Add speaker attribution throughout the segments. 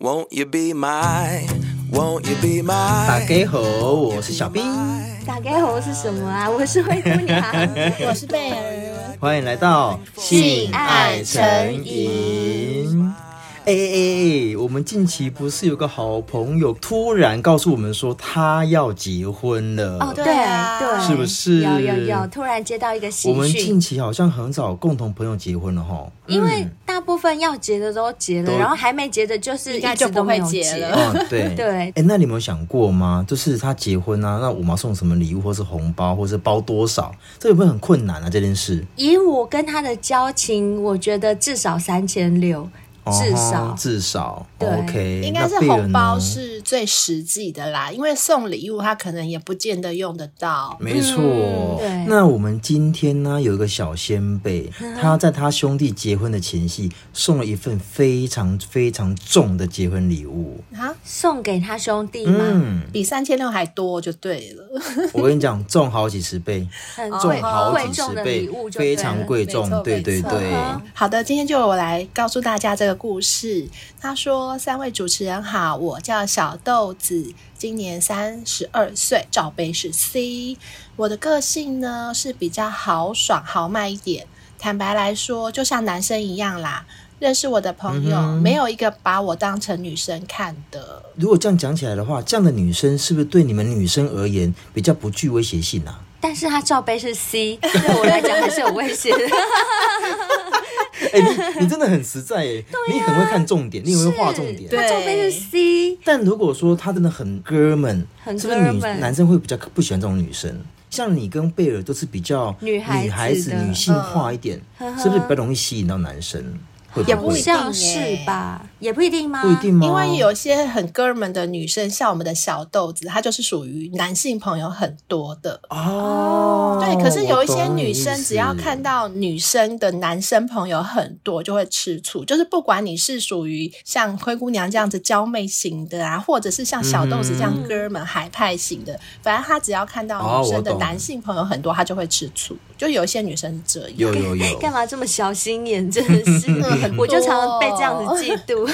Speaker 1: Won't you be my? Won't you be
Speaker 2: 打
Speaker 1: my?
Speaker 2: 给好，我是小兵，
Speaker 3: 打给猴是什么啊？ 我是灰姑娘，
Speaker 4: 我是贝儿，
Speaker 2: 欢迎来到
Speaker 4: 性爱成瘾。
Speaker 2: 哎哎哎！我们近期不是有个好朋友突然告诉我们说他要结婚了，
Speaker 3: 哦，对
Speaker 4: 对啊
Speaker 3: 对，
Speaker 2: 是不是
Speaker 3: 有有有，突然接到一个喜
Speaker 2: 我们近
Speaker 3: 讯，
Speaker 2: 期好像很少共同朋友结婚了哈。
Speaker 3: 因为大部分要结的都结了，
Speaker 2: 都
Speaker 3: 然后还没结的，就是
Speaker 4: 应
Speaker 3: 一
Speaker 4: 该
Speaker 3: 直
Speaker 4: 就
Speaker 3: 都
Speaker 4: 不
Speaker 3: 没
Speaker 4: 会
Speaker 3: 有
Speaker 4: 结
Speaker 3: 结
Speaker 4: 了
Speaker 2: 哦，对
Speaker 3: 对
Speaker 2: 哎、那你有没有想过吗？就是他结婚啊，那我们要送什么礼物，或是红包，或是包多少？这有没有很困难啊？这件事，
Speaker 3: 以我跟他的交情，我觉得至少三千六，至少
Speaker 2: 哦、至少
Speaker 3: 对
Speaker 2: OK，
Speaker 4: 应该是
Speaker 2: 那贝尔呢
Speaker 4: 红包是最实际的啦，因为送礼物他可能也不见得用得到。
Speaker 2: 没错、
Speaker 3: 嗯对嗯
Speaker 2: 那我们今天呢，有一个小先辈，他在他兄弟结婚的前夕，送了一份非常非常重的结婚礼物。
Speaker 4: 啊，
Speaker 3: 送给他兄弟吗？
Speaker 2: 嗯，
Speaker 4: 比三千六还多就对了。
Speaker 2: 我跟你讲，重好几十 倍，
Speaker 3: 很
Speaker 2: 重
Speaker 3: 贵
Speaker 2: 好
Speaker 3: 哦贵
Speaker 2: 几
Speaker 3: 重
Speaker 2: 十
Speaker 3: 的
Speaker 2: 倍
Speaker 3: 礼物，就
Speaker 2: 非
Speaker 3: 对了
Speaker 2: 常。贵重
Speaker 4: 没，错
Speaker 2: 对对
Speaker 4: 没错
Speaker 2: 对。
Speaker 3: 嗯
Speaker 4: 好的，今天就我来告诉大家这个故事。他说：“三位主持人好，我叫小豆子，今年三十二岁，罩杯是 C。我的个性呢是比较豪爽豪迈一点，坦白来说，就像男生一样啦。认识我的朋友，
Speaker 2: 嗯
Speaker 4: 没有一个把我当成女生看的。
Speaker 2: 如果这样讲起来的话，这样的女生是不是对你们女生而言比较不具威胁性啊？
Speaker 3: 但是他罩杯是 C，对 我来讲还是有威胁的。
Speaker 2: 哎、你你真的很实在耶、
Speaker 3: 啊
Speaker 2: 你很会看重点，你很会 划重点。
Speaker 3: 是他罩杯是 C，
Speaker 2: 但如果说他真的很哥们，
Speaker 3: 很
Speaker 2: 是不是女
Speaker 3: 哥们
Speaker 2: 男生会比较不喜欢这种女生？像你跟贝尔都是比较
Speaker 3: 女孩子
Speaker 2: 女孩子
Speaker 3: 的
Speaker 2: 女性化一点，是不是比较容易吸引到男生？会
Speaker 4: 也
Speaker 2: 不
Speaker 3: 好
Speaker 4: 不
Speaker 2: 会
Speaker 4: 一定
Speaker 3: 像啊是
Speaker 4: 耶
Speaker 3: 吧？也不一定吗？
Speaker 2: 不一定吗？
Speaker 4: 因为有些很哥们的女生，像我们的小豆子，她就是属于男性朋友很多的。
Speaker 2: 哦，
Speaker 4: 对，可是有一些
Speaker 2: 我懂你
Speaker 4: 女
Speaker 2: 意思
Speaker 4: 生只要看到女生的男生朋友很多，就会吃醋。就是不管你是属于像灰姑娘这样子娇媚型的啊，或者是像小豆子这样哥们海派型的，反正她只要看
Speaker 2: 哦
Speaker 4: 到女生的男性朋友很多，她就会吃醋。就有一些女生是这样，
Speaker 2: 有有有，
Speaker 3: 干嘛这么小心眼？真 的是
Speaker 4: 很，
Speaker 3: 我就
Speaker 4: 多
Speaker 3: 常常被这样子嫉妒。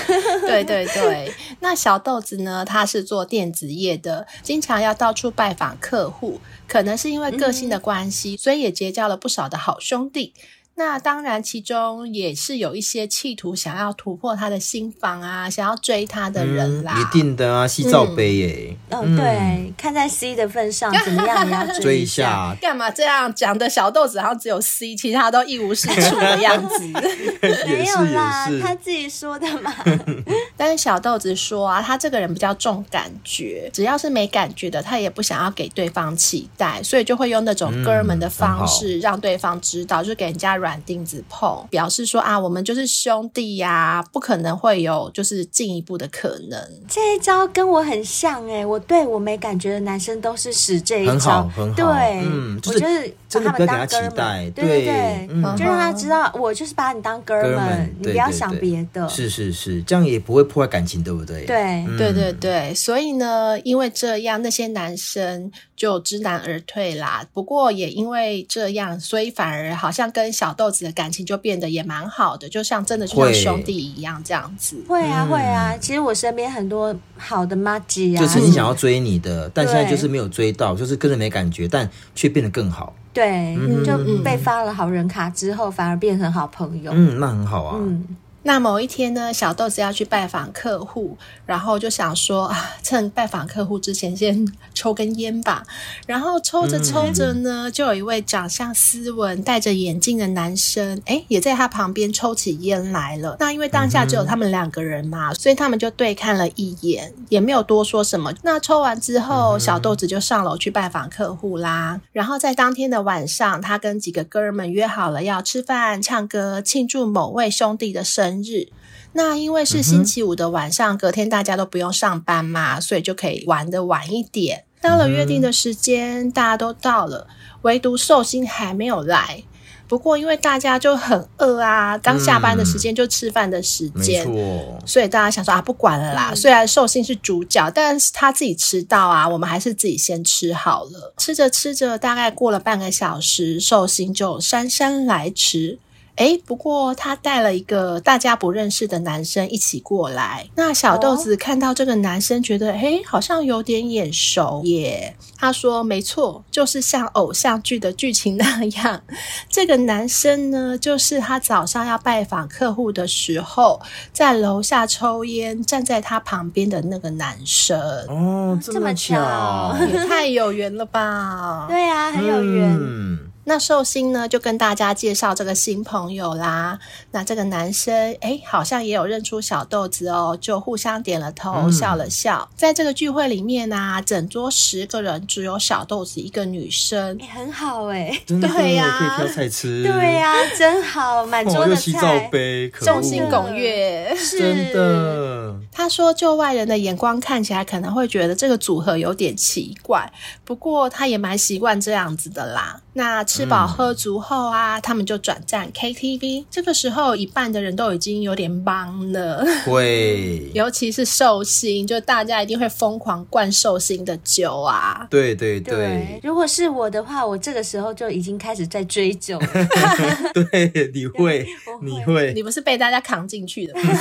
Speaker 4: 对对对，那小豆子呢？他是做电子业的，经常要到处拜访客户。可能是因为个性的关系，所以也结交了不少的好兄弟。那当然，其中也是有一些企图想要突破他的心房啊，想要追他的人啦。
Speaker 2: 一定的啊，西照杯耶、
Speaker 3: 嗯，对，看在 C 的份上，怎么样 也要
Speaker 2: 追
Speaker 3: 追
Speaker 2: 一。 下。
Speaker 4: 干嘛这样讲的小豆子，好像只有 C，其他都一无是处的样子。
Speaker 2: 也
Speaker 3: 没有
Speaker 2: 是也
Speaker 3: 啦
Speaker 2: 是，
Speaker 3: 他自己说的嘛。
Speaker 4: 但是小豆子说啊，他这个人比较重感觉，只要是没感觉的，他也不想要给对方期待，所以就会用那种哥们的方式让对方知道，就是给人家软钉子碰，表示说啊，我们就是兄弟呀、不可能会有就是进一步的可能。
Speaker 3: 这一招跟我很像哎、我对我没感觉的男生都是使这一招，
Speaker 2: 很好很好
Speaker 3: 对，
Speaker 2: 嗯就
Speaker 3: 我
Speaker 2: 是
Speaker 3: 就是
Speaker 2: 真的
Speaker 3: 把他
Speaker 2: 不要给
Speaker 3: 们
Speaker 2: 他
Speaker 3: 当哥
Speaker 2: 期
Speaker 3: 们，
Speaker 2: 待，
Speaker 3: 对对对，
Speaker 2: 嗯，
Speaker 3: 就让他知道我就是把你当哥们，
Speaker 2: 哥们，
Speaker 3: 你
Speaker 2: 对
Speaker 3: 不要
Speaker 2: 对
Speaker 3: 想
Speaker 2: 对
Speaker 3: 别的。
Speaker 2: 是是是，这样也不会破坏感情，对不对？
Speaker 3: 对，
Speaker 2: 嗯
Speaker 4: 对对对，所以呢，因为这样，那些男生就知难而退啦。不过也因为这样，所以反而好像跟小豆子的感情就变得也蛮好的，就像真的就
Speaker 2: 会
Speaker 4: 像兄弟一样这样子。
Speaker 3: 会啊会啊。其实我身边很多好的妈吉
Speaker 2: 嗯
Speaker 3: 啊，
Speaker 2: 就曾经想要追你的，但
Speaker 3: 对
Speaker 2: 现在就是没有追到，就是跟着没感觉，但却变得更好。
Speaker 3: 对，就
Speaker 4: 嗯
Speaker 3: 被发了好人卡之后，反而变成好朋友。
Speaker 2: 嗯，那很好啊。
Speaker 3: 嗯，
Speaker 4: 那某一天呢，小豆子要去拜访客户，然后就想说啊，趁拜访客户之前先 抽根烟吧。然后抽着抽着呢，就有一位长相斯文、戴着眼镜的男生，哎，也在他旁边抽起烟来了。那因为当下只有他们两个人嘛，所以他们就对看了一眼，也没有多说什么。那抽完之后，小豆子就上楼去拜访客户啦。然后在当天的晚上，他跟几个哥们约好了要吃饭、唱歌，庆祝某位兄弟的生日。那因为
Speaker 2: 嗯
Speaker 4: 是星期五的晚上，隔天大家都不用上班嘛，所以就可以玩的晚一点。到了约定的时间，大家都到了，唯独寿星还没有来。不过因为大家就很饿啊，刚下班的时间就吃饭的时
Speaker 2: 嗯没
Speaker 4: 间，
Speaker 2: 错，
Speaker 4: 所以大家想说啊，不管了啦。虽然寿星是主角，但是他自己迟到啊，我们还是自己先吃好了。吃着吃着，大概过了半个小时，寿星就姗姗来迟。诶，不过他带了一个大家不认识的男生一起过来。那小豆子看到这个男生，觉得诶，好像有点眼熟耶。他说：“没错，就是像偶像剧的剧情那样。这个男生呢，就是他早上要拜访客户的时候，在楼下抽烟，站在他旁边的那个男生。
Speaker 2: 哦，这
Speaker 3: 这么
Speaker 2: 巧
Speaker 3: 巧，
Speaker 4: 也太有缘了吧！
Speaker 3: 对啊，很有缘。
Speaker 2: 嗯
Speaker 4: 那寿星呢，就跟大家介绍这个新朋友啦。那这个男生，哎，好像也有认出小豆子哦，就互相点了头，
Speaker 2: 嗯
Speaker 4: 笑了笑。在这个聚会里面呢、整桌十个人只有小豆子一个女生
Speaker 3: 哎、。很好哎、
Speaker 2: 真的
Speaker 4: 对呀
Speaker 2: 可以挑菜吃，
Speaker 3: 对呀、真好，满
Speaker 2: 哦，
Speaker 3: 桌
Speaker 2: 又
Speaker 3: 的
Speaker 2: 起罩
Speaker 3: 菜，
Speaker 2: 杯，可恶
Speaker 4: 众星拱月，
Speaker 3: 是
Speaker 2: 真的，
Speaker 4: 他说，就外人的眼光看起来，可能会觉得这个组合有点奇怪，不过他也蛮习惯这样子的啦。那吃饱喝足后啊，他们就转战 KTV。这个时候，一半的人都已经有点忙了，
Speaker 2: 会，
Speaker 4: 尤其是寿星，就大家一定会疯狂灌寿星的酒啊。
Speaker 2: 对对
Speaker 3: 对
Speaker 2: 对，
Speaker 3: 如果是我的话，我这个时候就已经开始在追酒了。
Speaker 2: 对，你会
Speaker 3: 我，
Speaker 2: 你
Speaker 3: 会
Speaker 4: 你
Speaker 2: 会，
Speaker 4: 不是被大家扛进去的吗？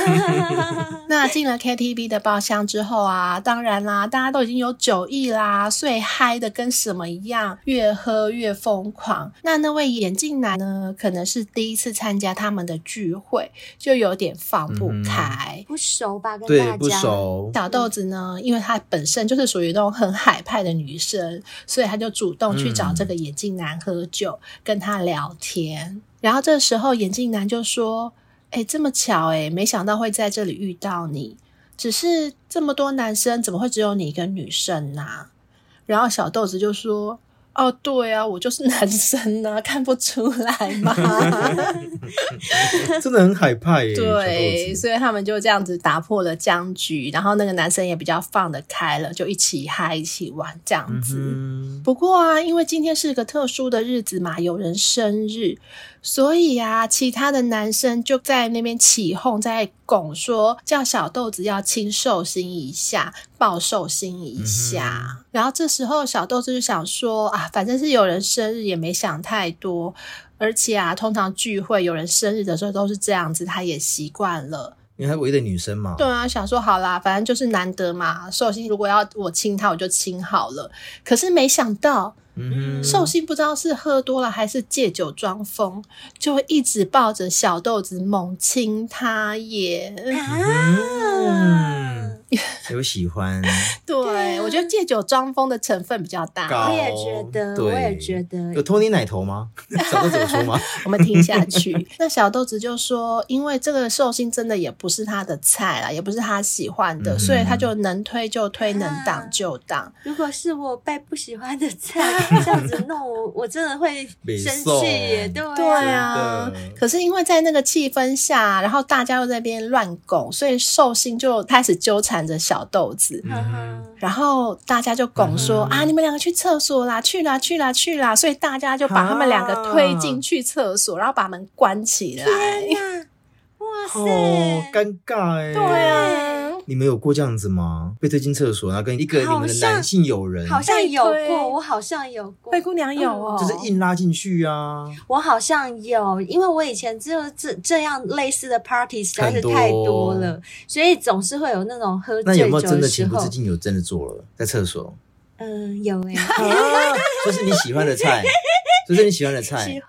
Speaker 4: 那进了 KTV 的包厢之后啊，当然啦，大家都已经有酒意啦，所以嗨的跟什么一样，越喝越疯狂。那那位眼镜男呢，可能是第一次参加他们的聚会，就有点放不开。
Speaker 3: 不熟吧？跟大
Speaker 2: 对
Speaker 3: 家
Speaker 2: 不熟，
Speaker 4: 小豆子呢，因为她本身就是属于那种很海派的女生，所以她就主动去找这个眼镜男喝酒，跟他聊天。然后这时候眼镜男就说：“哎、这么巧哎、没想到会在这里遇到你。只是这么多男生，怎么会只有你一个女生呢、然后小豆子就说。哦，对啊，我就是男生啊，看不出来吗？
Speaker 2: 真的很海派耶，
Speaker 4: 对，
Speaker 2: 小豆子
Speaker 4: 所以他们就这样子打破了僵局，然后那个男生也比较放得开了，就一起嗨，一起玩这样
Speaker 2: 嗯
Speaker 4: 子。
Speaker 2: 哼，
Speaker 4: 不过啊，因为今天是个特殊的日子嘛，有人生日，所以啊，其他的男生就在那边起哄，在拱说叫小豆子要亲寿星一下，抱寿星一下。然后这时候小豆子就想说啊，反正是有人生日，也没想太多。而且啊，通常聚会有人生日的时候都是这样子，他也习惯了。
Speaker 2: 因为她唯一的女生嘛，
Speaker 4: 对啊，想说好啦，反正就是难得嘛。寿星如果要我亲他，我就亲好了。可是没想到，
Speaker 2: 嗯哼，
Speaker 4: 寿星不知道是喝多了还是借酒装疯，就会一直抱着小豆子猛亲他耶。
Speaker 3: 啊
Speaker 2: 嗯， 有喜欢，
Speaker 4: 对，
Speaker 3: 对啊
Speaker 4: 我觉得借酒装疯的成分比较
Speaker 2: 高
Speaker 4: 大。
Speaker 3: 我也觉得，
Speaker 2: 对
Speaker 3: 我也觉得
Speaker 2: 有托你奶头吗？ 小豆子有说 吗？
Speaker 4: 我们听下去，那小豆子就说，因为这个寿星真的也不是他的菜啦，也不是他喜欢的，
Speaker 2: 嗯
Speaker 4: 所以他就能推就推，能挡
Speaker 3: 啊
Speaker 4: 就挡。
Speaker 3: 如果是我被不喜欢的 菜这样子弄我，我真的会
Speaker 2: 没
Speaker 3: 生
Speaker 2: 送
Speaker 3: 气耶。对
Speaker 4: 对
Speaker 3: 啊，
Speaker 4: 啊
Speaker 2: 真的，
Speaker 4: 可是因为在那个气氛下，然后大家又在那边乱拱，所以寿星就开始纠缠着小豆子。
Speaker 2: 嗯哼
Speaker 4: 然后大家就拱说、
Speaker 2: 嗯
Speaker 4: 啊，你们两个去厕所啦，去啦，去啦，去啦！所以大家就把他们两个推进去厕所，然后把门关起来。
Speaker 3: 哎哇
Speaker 2: 好
Speaker 3: 塞，
Speaker 2: 尴尬哎，
Speaker 4: 对啊，
Speaker 2: 你们有过这样子吗？被推进厕所，然后跟一个你们的男性友人，
Speaker 3: 好像有
Speaker 4: 被推
Speaker 3: 过，我好像有过
Speaker 4: 灰，姑娘有哦，
Speaker 2: 就是硬拉进去啊，
Speaker 3: 我好像有，因为我以前只有这这样类似的 party 实在是
Speaker 2: 很多
Speaker 3: 太多了，所以总是会有那种喝
Speaker 2: 那有
Speaker 3: 醉
Speaker 2: 没
Speaker 3: 酒
Speaker 2: 有真的
Speaker 3: 时
Speaker 2: 情不
Speaker 3: 候
Speaker 2: 自，禁有真的做了在厕所？
Speaker 3: 嗯，有哎、
Speaker 2: 啊，这是你喜欢的菜，这是你喜欢的
Speaker 3: 喜
Speaker 2: 菜，
Speaker 3: 欢
Speaker 2: 哦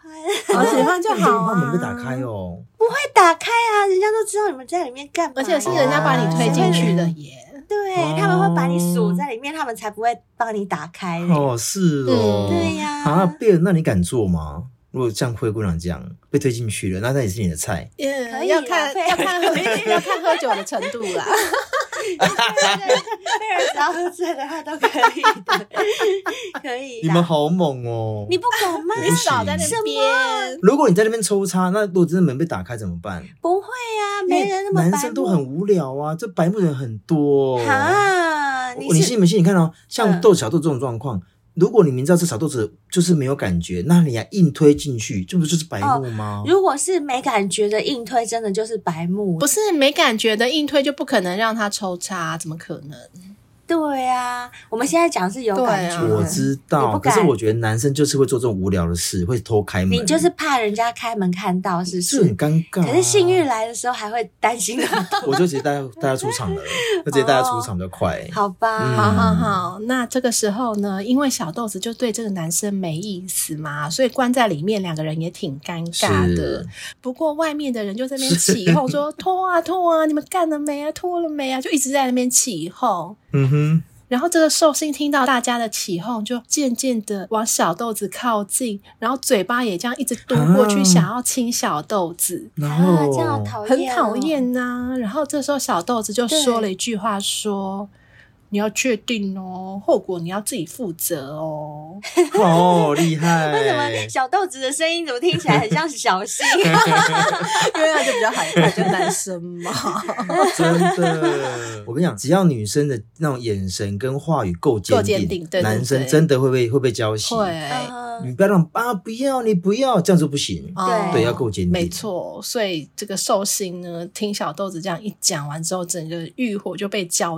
Speaker 4: 好喜欢就好
Speaker 2: 那
Speaker 4: 啊。
Speaker 2: 你这个门被打开哦，
Speaker 3: 会打开啊，人家都知道你们在里面干嘛，
Speaker 4: 而且是人家把你推进去的耶。
Speaker 3: 对
Speaker 2: 哦，
Speaker 3: 他们会把你锁在里面，他们才不会帮你打开。
Speaker 2: 哦是哦，
Speaker 4: 嗯
Speaker 3: 对呀
Speaker 2: 啊贝尔，那你敢做吗？如果像灰姑娘这样被推进去了，那那也是你的菜，
Speaker 3: 可
Speaker 4: 嗯，
Speaker 3: 以啦
Speaker 4: 要看
Speaker 3: 可以
Speaker 4: 要看喝 要看喝酒的程度啦。
Speaker 3: 贝尔只要喝醉了，他都可以的，可以
Speaker 2: 你们
Speaker 3: 的。
Speaker 2: 好猛哦！
Speaker 3: 你不敢吗？
Speaker 2: 我不行
Speaker 4: 少在那边，
Speaker 2: 如果你在那边抽插，那如果真的门被打开怎么办？哎
Speaker 3: 不会啊，没人那么白目。
Speaker 2: 男生都很无聊啊，这白目人很多、哦。
Speaker 3: 啊，
Speaker 2: 我你信
Speaker 3: 是
Speaker 2: 不信？你看哦，像
Speaker 3: 嗯
Speaker 2: 豆小豆这种状况，如果你明知道这小豆子就是没有感觉，那你还硬推进去，这不就是白目吗？
Speaker 3: 如果是没感觉的硬推，真的就是白目
Speaker 4: 不。是没感觉的硬推就不可能让他抽插，怎么可能？
Speaker 3: 对啊，我们现在讲是有感觉
Speaker 4: 对啊
Speaker 3: 的，
Speaker 2: 我知
Speaker 3: 哦你
Speaker 2: 道，
Speaker 3: 不
Speaker 2: 可
Speaker 3: 敢
Speaker 2: 是我觉得男生就是会做这种无聊的事，会偷开门，
Speaker 3: 你就是怕人家开门看到，是不
Speaker 2: 这很啊
Speaker 3: 是？
Speaker 2: 尴尬、
Speaker 3: 可是幸运，来的时候还会 担心很多
Speaker 2: 我就直接带带他出场了，就直接带他出场比较快。
Speaker 3: 好吧，
Speaker 4: 好好好，那这个时候呢，因为小豆子就对这个男生没意思嘛，所以关在里面，两个人也挺尴尬的
Speaker 2: 是。
Speaker 4: 不过外面的人就在那边起哄说：“脱啊脱啊，你们干了没啊？脱了没啊？”就一直在那边起哄。
Speaker 2: 嗯哼，
Speaker 4: 然后这个寿星听到大家的起哄，就渐渐的往小豆子靠近，然后嘴巴也这样一直嘟过去，
Speaker 2: 啊
Speaker 4: 想要亲小豆子。
Speaker 2: 嗯然后、
Speaker 3: 啊，这样讨
Speaker 4: 很
Speaker 3: 厌，
Speaker 4: 讨。厌呐、然后这时候小豆子就说
Speaker 3: 对
Speaker 4: 了一句话说。你要确定哦，后果你要自己负责 哦。
Speaker 2: 哦，厉害！
Speaker 3: 为什么小豆子的声音怎么听起来很像 小新？
Speaker 4: 因为他就比较害怕，就男 生嘛。
Speaker 2: 真的，我跟你讲，只要女生的那种眼神跟话语够坚
Speaker 4: 够坚定对对
Speaker 2: 男生
Speaker 4: 对
Speaker 2: 真的会被会被浇熄。
Speaker 4: 会，
Speaker 3: 嗯
Speaker 2: 你不要让啊，不要你不要，这样就不行。
Speaker 4: 哦
Speaker 2: 对要够坚定
Speaker 4: 没错，所以这个寿星呢，听小豆子这样一讲完之后，整个欲火就被浇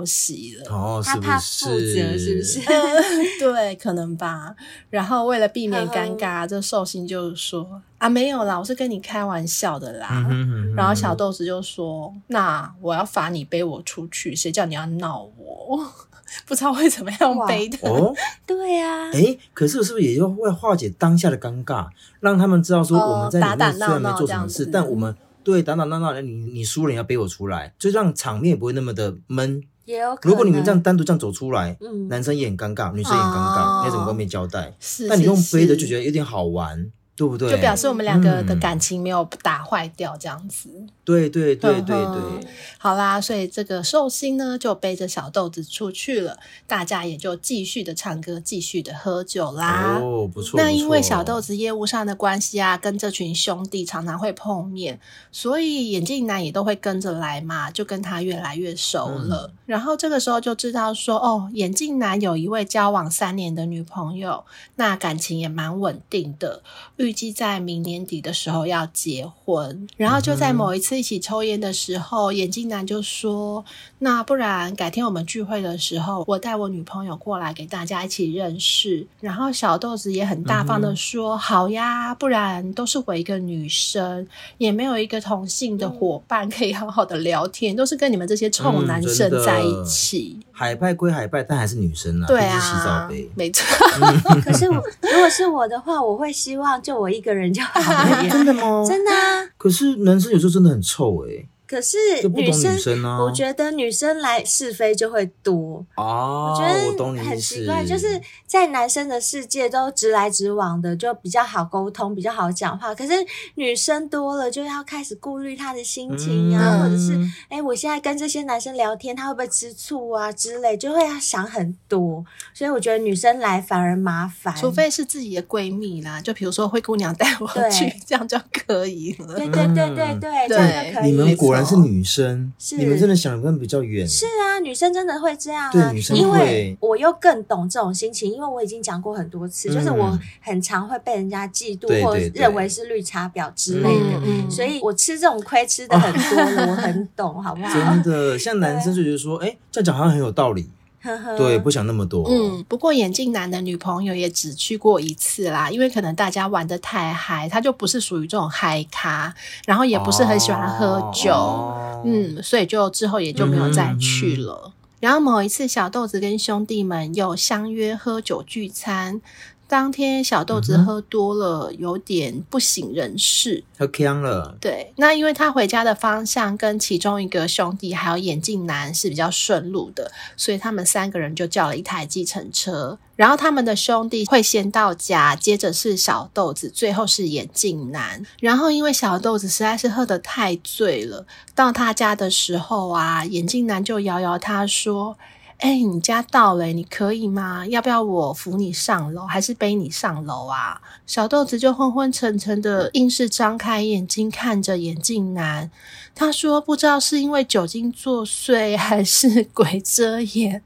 Speaker 4: 熄了。
Speaker 2: 哦，
Speaker 3: 他
Speaker 2: 是不
Speaker 3: 怕
Speaker 2: 是？
Speaker 3: 负责，是不是？？
Speaker 4: 对，可能吧。然后为了避免
Speaker 3: 呵呵
Speaker 4: 尴尬，这寿星就说：“啊，没有啦，我是跟你开玩笑的啦。
Speaker 2: 嗯哼哼哼
Speaker 4: 然后小豆子就说：“那我要罚你背我出去，谁叫你要闹我？ 不知道会怎么样背的。
Speaker 2: 哦，
Speaker 3: 对啊，
Speaker 2: 哎，可是是不是也就会化解当下的尴尬，让他们知道说
Speaker 4: 哦
Speaker 2: 我们在里
Speaker 4: 打打
Speaker 2: 面虽然
Speaker 4: 闹
Speaker 2: 没
Speaker 4: 闹
Speaker 2: 做什么
Speaker 4: 这
Speaker 2: 事，
Speaker 4: 样子
Speaker 2: 但我们对打打闹闹，你你输了你要背我出来，就让场面不会那么的闷。
Speaker 3: 也有可能。
Speaker 2: 如果你们这样单独这样走出来，
Speaker 3: 嗯
Speaker 2: 男生也很尴尬，女生也很尴
Speaker 4: 哦
Speaker 2: 尬，那怎么都没交代。
Speaker 4: 是，
Speaker 2: 但你用背的就觉
Speaker 4: 得。”
Speaker 2: 得有点好玩，对不对？
Speaker 4: 就表示我们两个的
Speaker 2: 嗯
Speaker 4: 感情没有打坏掉，这样子。
Speaker 2: 对对对对
Speaker 4: 嗯
Speaker 2: 对
Speaker 4: 哼，好啦，所以这个寿星呢就背着小豆子出去了，大家也就继续的唱歌，继续的喝酒啦。
Speaker 2: 哦，不错。
Speaker 4: 啊那因为
Speaker 2: 不错
Speaker 4: 小豆子业务上的关系啊，跟这群兄弟常常会碰面，所以眼镜男也都会跟着来嘛，就跟他越来越熟
Speaker 2: 嗯
Speaker 4: 了。然后这个时候就知道说，哦，眼镜男有一位交往三年的女朋友，那感情也蛮稳定的，预计在明年底的时候要结婚。然后就
Speaker 2: 嗯
Speaker 4: 在某一次一起抽烟的时候，眼镜男就说：“那不然改天我们聚会的时候，我带我女朋友过来给大家一起认识。”然后小豆子也很大方的说：“好呀，不然都是我一个女生，也没有一个同性的伙伴可以好好的聊天，都是跟你们这些臭
Speaker 2: 嗯
Speaker 4: 男
Speaker 2: 真
Speaker 4: 生
Speaker 2: 的
Speaker 4: 在一起。
Speaker 2: 海派归海派，但还是女生啊，
Speaker 4: 嗯对
Speaker 2: 毕竟洗澡
Speaker 4: 啊
Speaker 2: 杯，。
Speaker 4: 没错。
Speaker 3: 可是我如果是我的话，我会希望就我一个人就好了
Speaker 2: 哎
Speaker 3: 耶，
Speaker 2: 真的 吗？
Speaker 3: 真的啊。
Speaker 2: 可是男生有时候真的很臭哎，
Speaker 3: 可是
Speaker 2: 就不懂
Speaker 3: 女生，
Speaker 2: 女生啊
Speaker 3: 我觉得女生来是非就会多，
Speaker 2: 哦，
Speaker 3: 觉得
Speaker 2: 我懂你
Speaker 3: 很
Speaker 2: 意思嗯
Speaker 3: 奇怪，就是在男生的世界都直来直往的，就比较好沟通，比较好讲话。可是女生多了，就要开始顾虑她的心情啊，
Speaker 4: 嗯
Speaker 3: 或者是哎、诶我现在跟这些男生聊天，他会不会吃醋啊之类，就会要想很多。所以我觉得女生来反而麻烦，
Speaker 4: 除非是自己的闺蜜啦，就比如说灰姑娘带我
Speaker 3: 对
Speaker 4: 去，这样就可以了。
Speaker 3: 对对对对
Speaker 2: 嗯
Speaker 3: 对，
Speaker 4: 对
Speaker 3: 这样就可以。
Speaker 2: 你们果然是
Speaker 4: 没错
Speaker 2: 女生，
Speaker 3: 是
Speaker 2: 你们真的想的跟比较远，
Speaker 3: 是啊，女生真的会这样啊
Speaker 2: 对女，生
Speaker 3: 因为
Speaker 2: 会
Speaker 3: 我又更懂这种心情，因为我已经讲过很多次，
Speaker 2: 嗯
Speaker 3: 就是我很常会被人家嫉妒
Speaker 2: 对
Speaker 3: 或
Speaker 2: 对对
Speaker 3: 认为是绿茶婊之类的，
Speaker 4: 嗯嗯
Speaker 3: 所以我吃这种亏吃的很多了，我很懂，好不好？
Speaker 2: 哦真的。像男生就觉得说，哎，这样讲好像很有道理，
Speaker 3: 呵呵
Speaker 2: 对，不想那么多，
Speaker 4: 嗯，不过眼镜男的女朋友也只去过一次啦，因为可能大家玩的太嗨，他就不是属于这种嗨咖，然后也不是很喜欢喝酒，
Speaker 2: 哦，
Speaker 4: 嗯，所以就之后也就没有再
Speaker 2: 嗯
Speaker 4: 去了。然后某一次，小豆子跟兄弟们又相约喝酒聚餐。当天小豆子
Speaker 2: 嗯哼
Speaker 4: 喝多了，有点不省人事，
Speaker 2: 喝呛了，
Speaker 4: 对，那因为他回家的方向跟其中一个兄弟还有眼镜男是比较顺路的，所以他们三个人就叫了一台计程车。然后他们的兄弟会先到家，接着是小豆子，最后是眼镜男。然后因为小豆子实在是喝得太醉了，到他家的时候啊，眼镜男就摇摇他说：“哎、你家到了、你可以吗？要不要我扶你上楼，还是背你上楼啊？”小豆子就昏昏沉沉的，硬是张开眼睛看着眼镜男。他说：“不知道是因为酒精作祟， 还是鬼遮眼，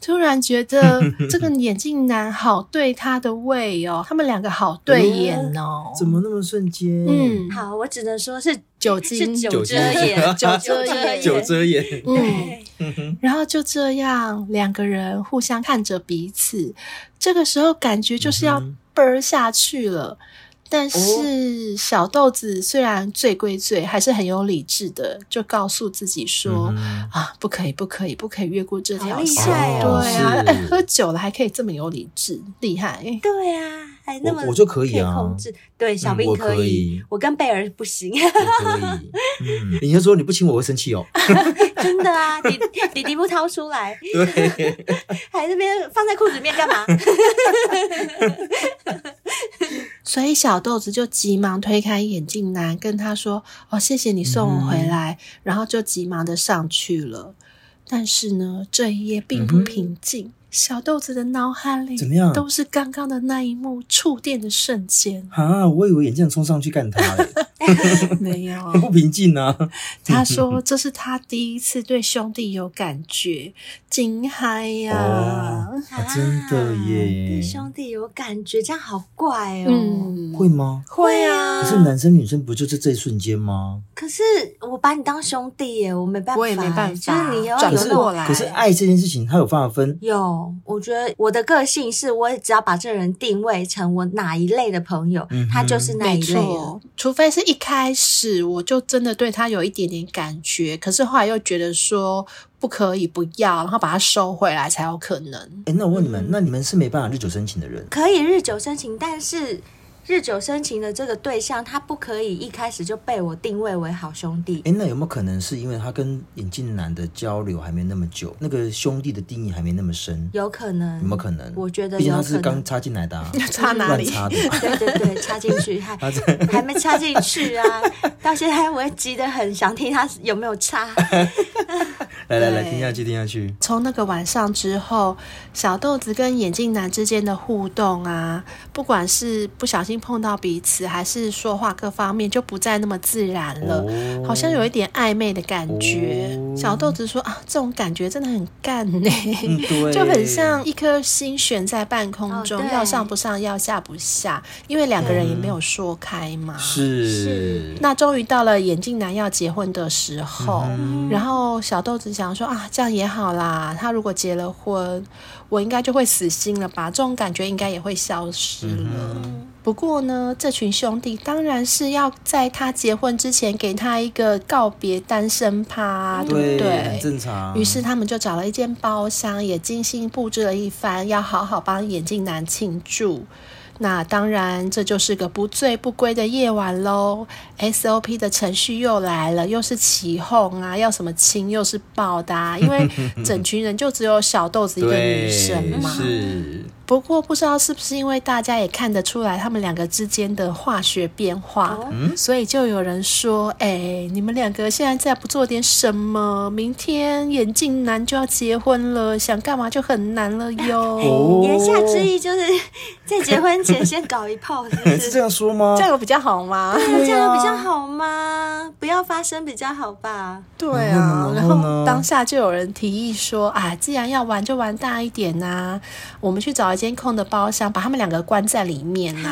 Speaker 4: 突然觉得这个眼镜男好对他的胃哦，他们两个好对眼哦。
Speaker 2: 怎么那么瞬间？
Speaker 4: 嗯，
Speaker 3: 好，我只能说是
Speaker 4: 酒
Speaker 3: 是
Speaker 4: 精，
Speaker 3: 酒遮
Speaker 2: 酒
Speaker 3: 眼，
Speaker 4: 遮
Speaker 3: 遮
Speaker 4: 眼
Speaker 2: 酒
Speaker 3: 掩。
Speaker 2: 遮眼，
Speaker 4: 嗯，
Speaker 3: 对
Speaker 4: 然后就这样，两个人互相看着彼此，这个时候感觉就
Speaker 3: 嗯
Speaker 4: 是要奔下去了。但
Speaker 3: 哦
Speaker 4: 是小豆子虽然醉归醉，还是很有理智的，就告诉自己 说：“
Speaker 2: 嗯
Speaker 4: 啊，不可以，不可以，不可以越过这条
Speaker 3: 好厉
Speaker 4: 线。”
Speaker 3: 害
Speaker 4: 对
Speaker 3: 哦
Speaker 4: 啊，
Speaker 2: 是
Speaker 4: 哎喝酒了还可以这么有理智，厉害！
Speaker 3: 对啊，还那么
Speaker 2: 我我就可以啊
Speaker 3: 控制。对，小兵
Speaker 2: 我
Speaker 3: 可
Speaker 2: 可
Speaker 3: 以
Speaker 2: 以，
Speaker 3: 我跟贝尔不行，
Speaker 2: 可以。嗯，你就说你不亲我会生气哦。
Speaker 3: 真的啊，弟弟弟不掏出来，
Speaker 2: 对，
Speaker 3: 还那边放在裤子里面干嘛？
Speaker 4: 所以小豆子就急忙推开眼镜男，跟他说：“哦，谢谢你送我回来。
Speaker 2: 嗯
Speaker 4: 然后就急忙的上去了。但是呢，这一夜并不平静。小豆子的脑海
Speaker 2: 嗯
Speaker 4: 里
Speaker 2: 怎么样，
Speaker 4: 都是刚刚的那一幕触电的瞬间
Speaker 2: 啊，我以为眼镜冲上去干他嘞，
Speaker 4: 没有。
Speaker 2: 很不平静啊。
Speaker 4: 他说这是他第一次对兄弟有感觉，惊嗨呀、
Speaker 2: 哦 啊真的耶
Speaker 3: 对兄弟有感觉，这样好怪哦。
Speaker 4: 嗯，
Speaker 2: 会吗？
Speaker 4: 会啊，
Speaker 2: 可是男生女生不就是这一瞬间吗？
Speaker 3: 可是我把你当兄弟耶，我没办法，
Speaker 4: 我也没办法
Speaker 3: 就是你要
Speaker 4: 转
Speaker 3: 有
Speaker 2: 可
Speaker 3: 那
Speaker 2: 是
Speaker 4: 不过
Speaker 3: 种
Speaker 4: 来嗯
Speaker 2: 可是爱这件事情，它有办法分。
Speaker 3: 有，我觉得我的个性是我只要把这个人定位成我哪一类的朋友，
Speaker 2: 嗯哼
Speaker 3: 他就是那
Speaker 4: 没
Speaker 3: 一类了。
Speaker 4: 错，除非是一开始我就真的对他有一点点感觉，可是后来又觉得说不可以不要，然后把它收回来才有可能。
Speaker 2: 哎，那我问你们，那你们是没办法日久生情的人，
Speaker 3: 可以日久生情，但是日久生情的这个对象，他不可以一开始就被我定位为好兄弟。
Speaker 2: 哎，那有没有可能是因为他跟眼镜男的交流还没那么久，那个兄弟的定义还没那么深？
Speaker 4: 嗯
Speaker 3: 有可能，
Speaker 2: 有没有可能？
Speaker 3: 我觉得
Speaker 2: 毕竟
Speaker 3: 有
Speaker 2: 他
Speaker 3: 可
Speaker 2: 是刚
Speaker 3: 能。
Speaker 2: 插进来的、啊，
Speaker 4: 插哪
Speaker 2: 乱
Speaker 4: 里？
Speaker 2: 插的嘛。
Speaker 3: 对对对，插进去还
Speaker 2: 他这
Speaker 3: 还没插进去啊！到现在我也急得很，想听他有没有插。
Speaker 2: 来来来，
Speaker 4: 对
Speaker 2: 听下去，听下去。
Speaker 4: 从那个晚上之后，小豆子跟眼镜男之间的互动啊，不管是不小心碰到彼此，还是说话各方面，就不再那么自然了，
Speaker 2: 哦
Speaker 4: 好像有一点暧昧的感觉。
Speaker 2: 哦
Speaker 4: 小豆子说啊，这种感觉真的很干呢、
Speaker 2: 嗯，对，
Speaker 4: 就很像一颗心悬在半空中，
Speaker 3: 哦对
Speaker 4: 要上不上，要下不下，因为两个人也没有说开嘛。。
Speaker 2: 是
Speaker 4: 那终于到了眼镜男要结婚的时候，
Speaker 2: 嗯
Speaker 4: 然后小豆子想说啊，这样也好啦。他如果结了婚，我应该就会死心了吧？这种感觉应该也会消失
Speaker 2: 嗯
Speaker 4: 了。不过呢，这群兄弟当然是要在他结婚之前给他一个告别单身趴啊，
Speaker 2: 对
Speaker 4: 不
Speaker 2: 很
Speaker 4: 对？
Speaker 2: 正常。
Speaker 4: 于是他们就找了一间包厢，也精心布置了一番，要好好帮眼镜男庆祝。那当然，这就是个不醉不归的夜晚喽。SOP 的程序又来了，又是起哄啊，要什么亲又是抱的、啊，因为整群人就只有小豆子一个女
Speaker 2: 对
Speaker 4: 生嘛。
Speaker 2: 是
Speaker 4: 不过不知道是不是因为大家也看得出来他们两个之间的化学变化，
Speaker 3: 哦
Speaker 4: 所以就有人说：“哎、你们两个现在再不做点什么，明天眼镜男就要结婚了，想干嘛就很难了哟。
Speaker 2: 哦
Speaker 3: 言下之意就是在结婚前先搞一炮，是不
Speaker 2: 是
Speaker 3: 是？
Speaker 2: 这样说吗
Speaker 4: 这？样有比较好吗？
Speaker 3: 这样有比较好吗？不要发生比较好吧。
Speaker 4: 对
Speaker 2: 然
Speaker 4: 啊，然
Speaker 2: 后呢然后呢
Speaker 4: 后当下就有人提议说啊，既然要玩就玩大一点呐、我们去找一间空的包厢，把他们两个关在里面呐、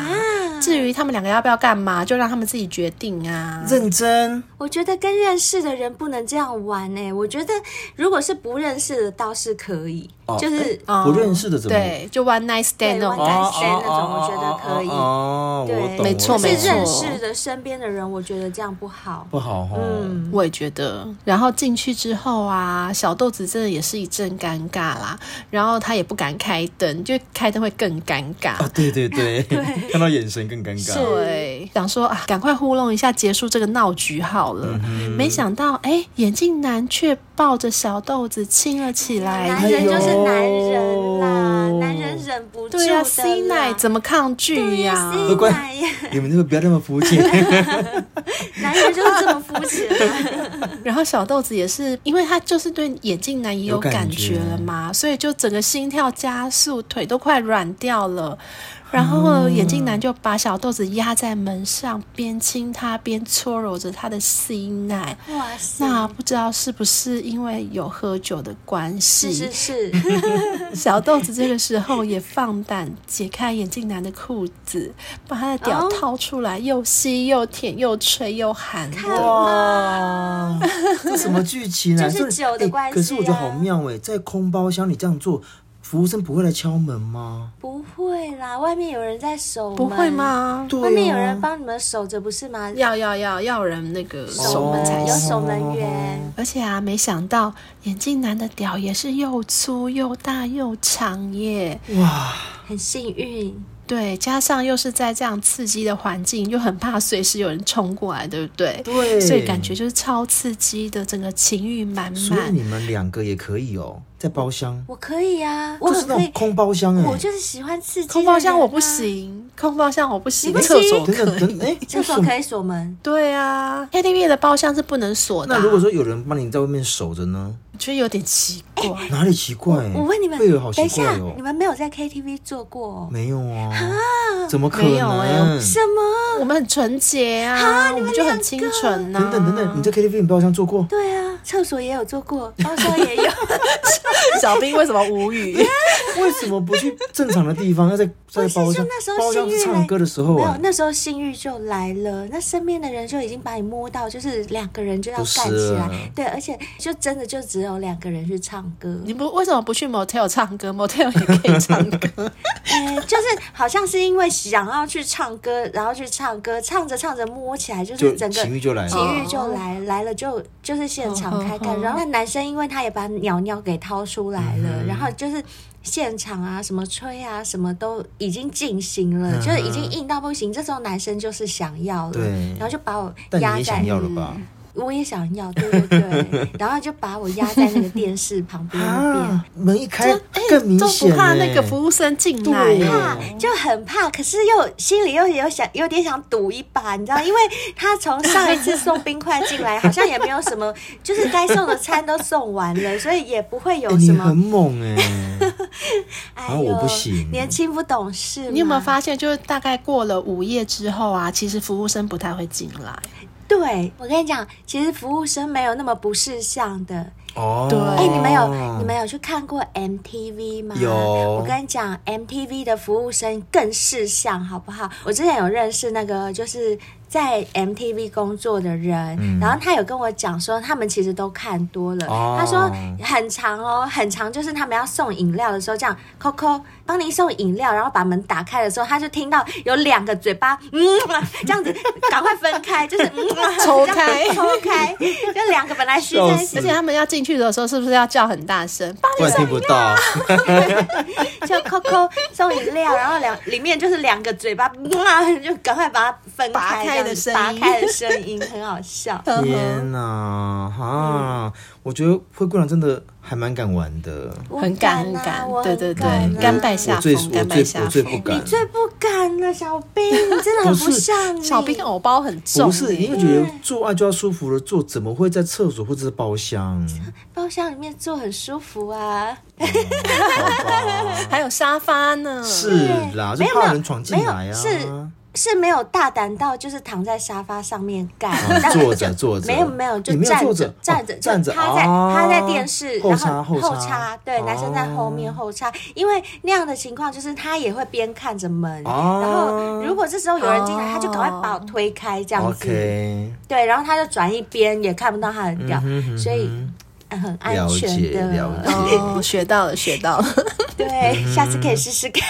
Speaker 4: 至于他们两个要不要干嘛，就让他们自己决定啊。
Speaker 2: 认真
Speaker 3: 我觉得跟认识的人不能这样玩哎、我觉得如果是不认识的倒是可以，
Speaker 2: 哦
Speaker 3: 就是
Speaker 4: 哦
Speaker 2: 不认识的怎么？
Speaker 4: 对，就 one night stand
Speaker 3: 对
Speaker 4: 那
Speaker 3: one
Speaker 2: 哦，
Speaker 4: 种
Speaker 3: night
Speaker 4: 感
Speaker 3: 单
Speaker 4: 觉。
Speaker 3: 身那种我觉得可以
Speaker 2: 哦，哦哦哦
Speaker 3: 对
Speaker 2: 我懂
Speaker 4: 没错
Speaker 2: 我懂
Speaker 3: 是
Speaker 4: 没错
Speaker 3: 认识的身边的人，我觉得这样不好。
Speaker 2: 不好哦哈。
Speaker 3: 嗯，
Speaker 4: 我也觉得，然后进去之后啊，小豆子真的也是一阵尴尬啦。然后他也不敢开灯，就开灯会更尴尬。
Speaker 2: 啊，对对对， 看到眼神更尴尬。
Speaker 4: 对，想说啊，赶快糊弄一下，结束这个闹局好了。
Speaker 2: 嗯
Speaker 4: 没想到，哎，眼镜男却抱着小豆子亲了起
Speaker 3: 男
Speaker 4: 来。
Speaker 3: 人就是男人啦，
Speaker 2: 哎呦
Speaker 3: 男人忍不住的
Speaker 4: 对呀、
Speaker 3: 啦。啊
Speaker 4: c 奶怎么抗拒呀、
Speaker 2: 都
Speaker 3: ？C
Speaker 2: 关
Speaker 3: 奶呀，
Speaker 2: 你们这个不要那么肤浅，
Speaker 3: 男人就是这么肤浅 啊。
Speaker 4: 然后小豆子也是，因为他就是对眼镜男也有
Speaker 2: 有感
Speaker 4: 感
Speaker 2: 觉
Speaker 4: 觉了嘛，所以就整个心跳加速，腿都快软掉了。然后眼镜男就把小豆子压在门上，边亲她边搓揉着她的细奶。
Speaker 3: 哇塞，
Speaker 4: 那不知道是不是因为有喝酒的关系，
Speaker 3: 是是是，
Speaker 4: 小豆子这个时候也放胆解开眼镜男的裤子，把他的屌
Speaker 3: 哦
Speaker 4: 掏出来，又吸又舔又吹又含的。
Speaker 2: 哇，这什么剧情啊？
Speaker 3: 就是
Speaker 2: 这
Speaker 3: 酒的
Speaker 2: 哎
Speaker 3: 关系啊
Speaker 2: 可是我觉得好妙哎，在空包厢你这样做，服务生不会来敲门吗？
Speaker 3: 不会啦，外面有人在守门，
Speaker 4: 不会？吗？哦
Speaker 2: 对、啊，
Speaker 3: 外嗯面有人帮你们守着，不是吗？
Speaker 4: 要要要要人那个
Speaker 2: 哦
Speaker 4: 守门才
Speaker 3: 有
Speaker 4: 行。
Speaker 3: 守门员，
Speaker 4: 而且啊，没想到眼镜男的屌也是又粗又大又长耶。
Speaker 2: 哇，
Speaker 3: 很幸运。
Speaker 4: 对，加上又是在这样刺激的环境，又很怕随时有人冲过来，对不对？
Speaker 2: 对
Speaker 4: 所以感觉就是超刺激的，整个情欲满
Speaker 2: 所以
Speaker 4: 满
Speaker 2: 你。们两个也可以哦，在包厢，
Speaker 3: 我可以啊，我
Speaker 2: 就是
Speaker 3: 很
Speaker 2: 那
Speaker 3: 可
Speaker 2: 种
Speaker 3: 以，
Speaker 2: 空包厢哎，
Speaker 3: 我就是喜欢刺激、啊
Speaker 4: 空包厢我不，行，空包厢我不行，
Speaker 3: 不行
Speaker 4: 厕所
Speaker 2: 等等
Speaker 4: 可以。
Speaker 2: 等，哎，
Speaker 3: 厕所
Speaker 2: 为什么
Speaker 3: 可以锁门。
Speaker 4: 对啊，KTV 的包厢是不能锁的啊、
Speaker 2: 那如果说有人帮你在外面守着呢？
Speaker 4: 我觉得有点奇怪，
Speaker 2: 哪里奇怪？
Speaker 3: 我问你们，
Speaker 2: 贝嗯尔好
Speaker 3: 等
Speaker 2: 奇
Speaker 3: 一下
Speaker 2: 怪，哦
Speaker 3: 你，们没有在 KTV 做过、哦？
Speaker 2: 没有啊，怎么可
Speaker 4: 没有
Speaker 3: 啊
Speaker 4: 哎
Speaker 2: 能？
Speaker 3: 什么？
Speaker 4: 我们很纯洁啊，我们就很清纯啊呐、
Speaker 2: 等等等等，你在 KTV 你包厢做 过？
Speaker 3: 对啊，厕所也有做过， 包厢也 有。
Speaker 4: 小兵为什么无语？
Speaker 2: 为什么不去正常的地方，要在在
Speaker 3: 不是，
Speaker 2: 包
Speaker 3: 就
Speaker 2: 厢
Speaker 3: 那时候
Speaker 2: 包
Speaker 3: 性
Speaker 2: 厢
Speaker 3: 欲
Speaker 2: 是
Speaker 3: 来
Speaker 2: 唱歌的时候
Speaker 3: 没有
Speaker 2: 啊，？
Speaker 3: 那时候性欲就来了，那身边的人就已经把你摸到，就是两个人就要
Speaker 2: 不是啊
Speaker 3: 干起来，对，而且就真的就只有两个人去唱歌，
Speaker 4: 你不为什么不去 motel 唱歌？motel 也可以唱 歌，
Speaker 3: 呃就是好像是因为想要去唱歌，然后去唱歌，唱着唱着摸起来，就
Speaker 2: 就是
Speaker 3: 整个
Speaker 2: 情欲就来了。啊
Speaker 3: 情欲就来来了就，就是现场开干。
Speaker 4: 嗯嗯嗯
Speaker 3: 然后那男生因为他也把鸟鸟给掏出来了，
Speaker 2: 嗯
Speaker 3: 然后就是现场啊，什么吹啊，什么都已经进行了，
Speaker 2: 嗯
Speaker 3: 就是已经硬到不行。这时候男生就是想要了
Speaker 2: 对，
Speaker 3: 然后就把我
Speaker 2: 但
Speaker 3: 压
Speaker 2: 你也
Speaker 3: 在
Speaker 2: 想，要了吧？
Speaker 3: 我也想要，对对 对，然后就把我压在那个电视旁边那嗯边。哎
Speaker 2: 啊，门一
Speaker 4: 这
Speaker 2: 开更明
Speaker 4: 哎都
Speaker 2: 显
Speaker 4: 不
Speaker 2: 欸
Speaker 4: 怕那个服务生进来
Speaker 2: 对
Speaker 4: 耶。
Speaker 3: 怕，就很怕，可是又心里又有想，有点想赌一把，你知道，因为他从上一次送冰块进来，好像也没有什么，就是该送的餐都送完了，所以也不会
Speaker 2: 欸
Speaker 3: 有
Speaker 2: 你
Speaker 3: 什么
Speaker 2: 很。猛 哎，
Speaker 3: 哎
Speaker 2: 啊
Speaker 3: 呦，
Speaker 2: 我不行
Speaker 3: 年轻不懂事嘛。
Speaker 4: 你有没有发现，就是大概过了午夜之后啊，其实服务生不太会进来。
Speaker 3: 对我跟你讲，其实服务生没有那么不识相的。
Speaker 2: 哦，
Speaker 4: 对
Speaker 3: 哎、你们有你们有去看过 MTV 吗？
Speaker 2: 有
Speaker 3: 我跟你讲，MTV 的服务生更识相，好不好？我之前有认识那个就是在 MTV 工作的人，
Speaker 2: 嗯
Speaker 3: 然后他有跟我讲说，他们其实都看多了。
Speaker 2: 哦
Speaker 3: 他说很长哦，很长，就是他们要送饮料的时候，这样 Coco 帮您送饮料，然后把门打开的时候，他就听到有两个嘴巴，嗯，这样子，赶快分开，就是嗯，
Speaker 4: 抽开
Speaker 3: 这样抽开，就两个本来是
Speaker 2: 笑
Speaker 3: 在
Speaker 2: 死
Speaker 4: 而且他们要进去的时候，是不是要叫很大声？帮
Speaker 2: 不然听不到，
Speaker 3: 就 Coco 送饮料，然后两里面就是两个嘴巴，哇就赶快把它分
Speaker 4: 拔
Speaker 3: 开，
Speaker 4: 开的
Speaker 3: 这
Speaker 4: 声
Speaker 3: 样
Speaker 4: 音
Speaker 3: 拔开的声音很好 笑。
Speaker 4: 呵呵
Speaker 2: 天哪
Speaker 3: 嗯
Speaker 2: 哈！我觉得灰姑娘真的还蛮敢玩的。
Speaker 3: 我
Speaker 4: 很敢很
Speaker 3: 啊
Speaker 4: 敢
Speaker 3: 我，
Speaker 4: 对
Speaker 3: 很
Speaker 4: 对
Speaker 3: 敢
Speaker 4: 对
Speaker 3: 啊，
Speaker 4: 甘拜下
Speaker 2: 嗯我最
Speaker 4: 风，甘
Speaker 2: 我
Speaker 4: 拜
Speaker 2: 最
Speaker 4: 下
Speaker 2: 我最不
Speaker 4: 风。
Speaker 2: 敢
Speaker 3: 你。最不敢了，小 兵，你真的很不
Speaker 2: 不是
Speaker 3: 像你。
Speaker 4: 小兵哦偶包很重耶，
Speaker 2: 不是，因为觉得做爱就要舒服的做，怎么会在厕所或者是包 厢？
Speaker 3: 包厢里面坐很舒服啊，
Speaker 2: 好吧
Speaker 4: 欸还有沙发呢。
Speaker 2: 是啦，就
Speaker 3: 嗯没有没
Speaker 2: 怕
Speaker 3: 有
Speaker 2: 人闯进来
Speaker 3: 没
Speaker 2: 啊。
Speaker 3: 有是是没有大胆到就是躺在沙发上面干，但
Speaker 2: 啊，坐着坐着，
Speaker 3: 没有没有，就
Speaker 2: 你没有
Speaker 3: 站
Speaker 2: 坐
Speaker 3: 着
Speaker 2: 着
Speaker 3: 站
Speaker 2: 哦
Speaker 3: 着
Speaker 2: 站着，
Speaker 3: 趴在
Speaker 2: 哦
Speaker 3: 趴在电视，
Speaker 2: 后
Speaker 3: 然
Speaker 2: 插
Speaker 3: 后
Speaker 2: 后
Speaker 3: 插，对，男生在后面
Speaker 2: 哦
Speaker 3: 后插，因为那样的情况就是他也会边看着门，
Speaker 2: 哦
Speaker 3: 然后如果这时候有人进来，他就赶快把我推开这样子，
Speaker 2: OK，
Speaker 3: 对，然后他就转一边也看不到他的屌
Speaker 2: 嗯哼嗯，哼
Speaker 3: 所以呃很安
Speaker 2: 了解
Speaker 3: 全
Speaker 2: 了
Speaker 3: 的，
Speaker 2: 解嗯
Speaker 4: 哦，学到了，学到了。
Speaker 3: 对，下次可以试试看。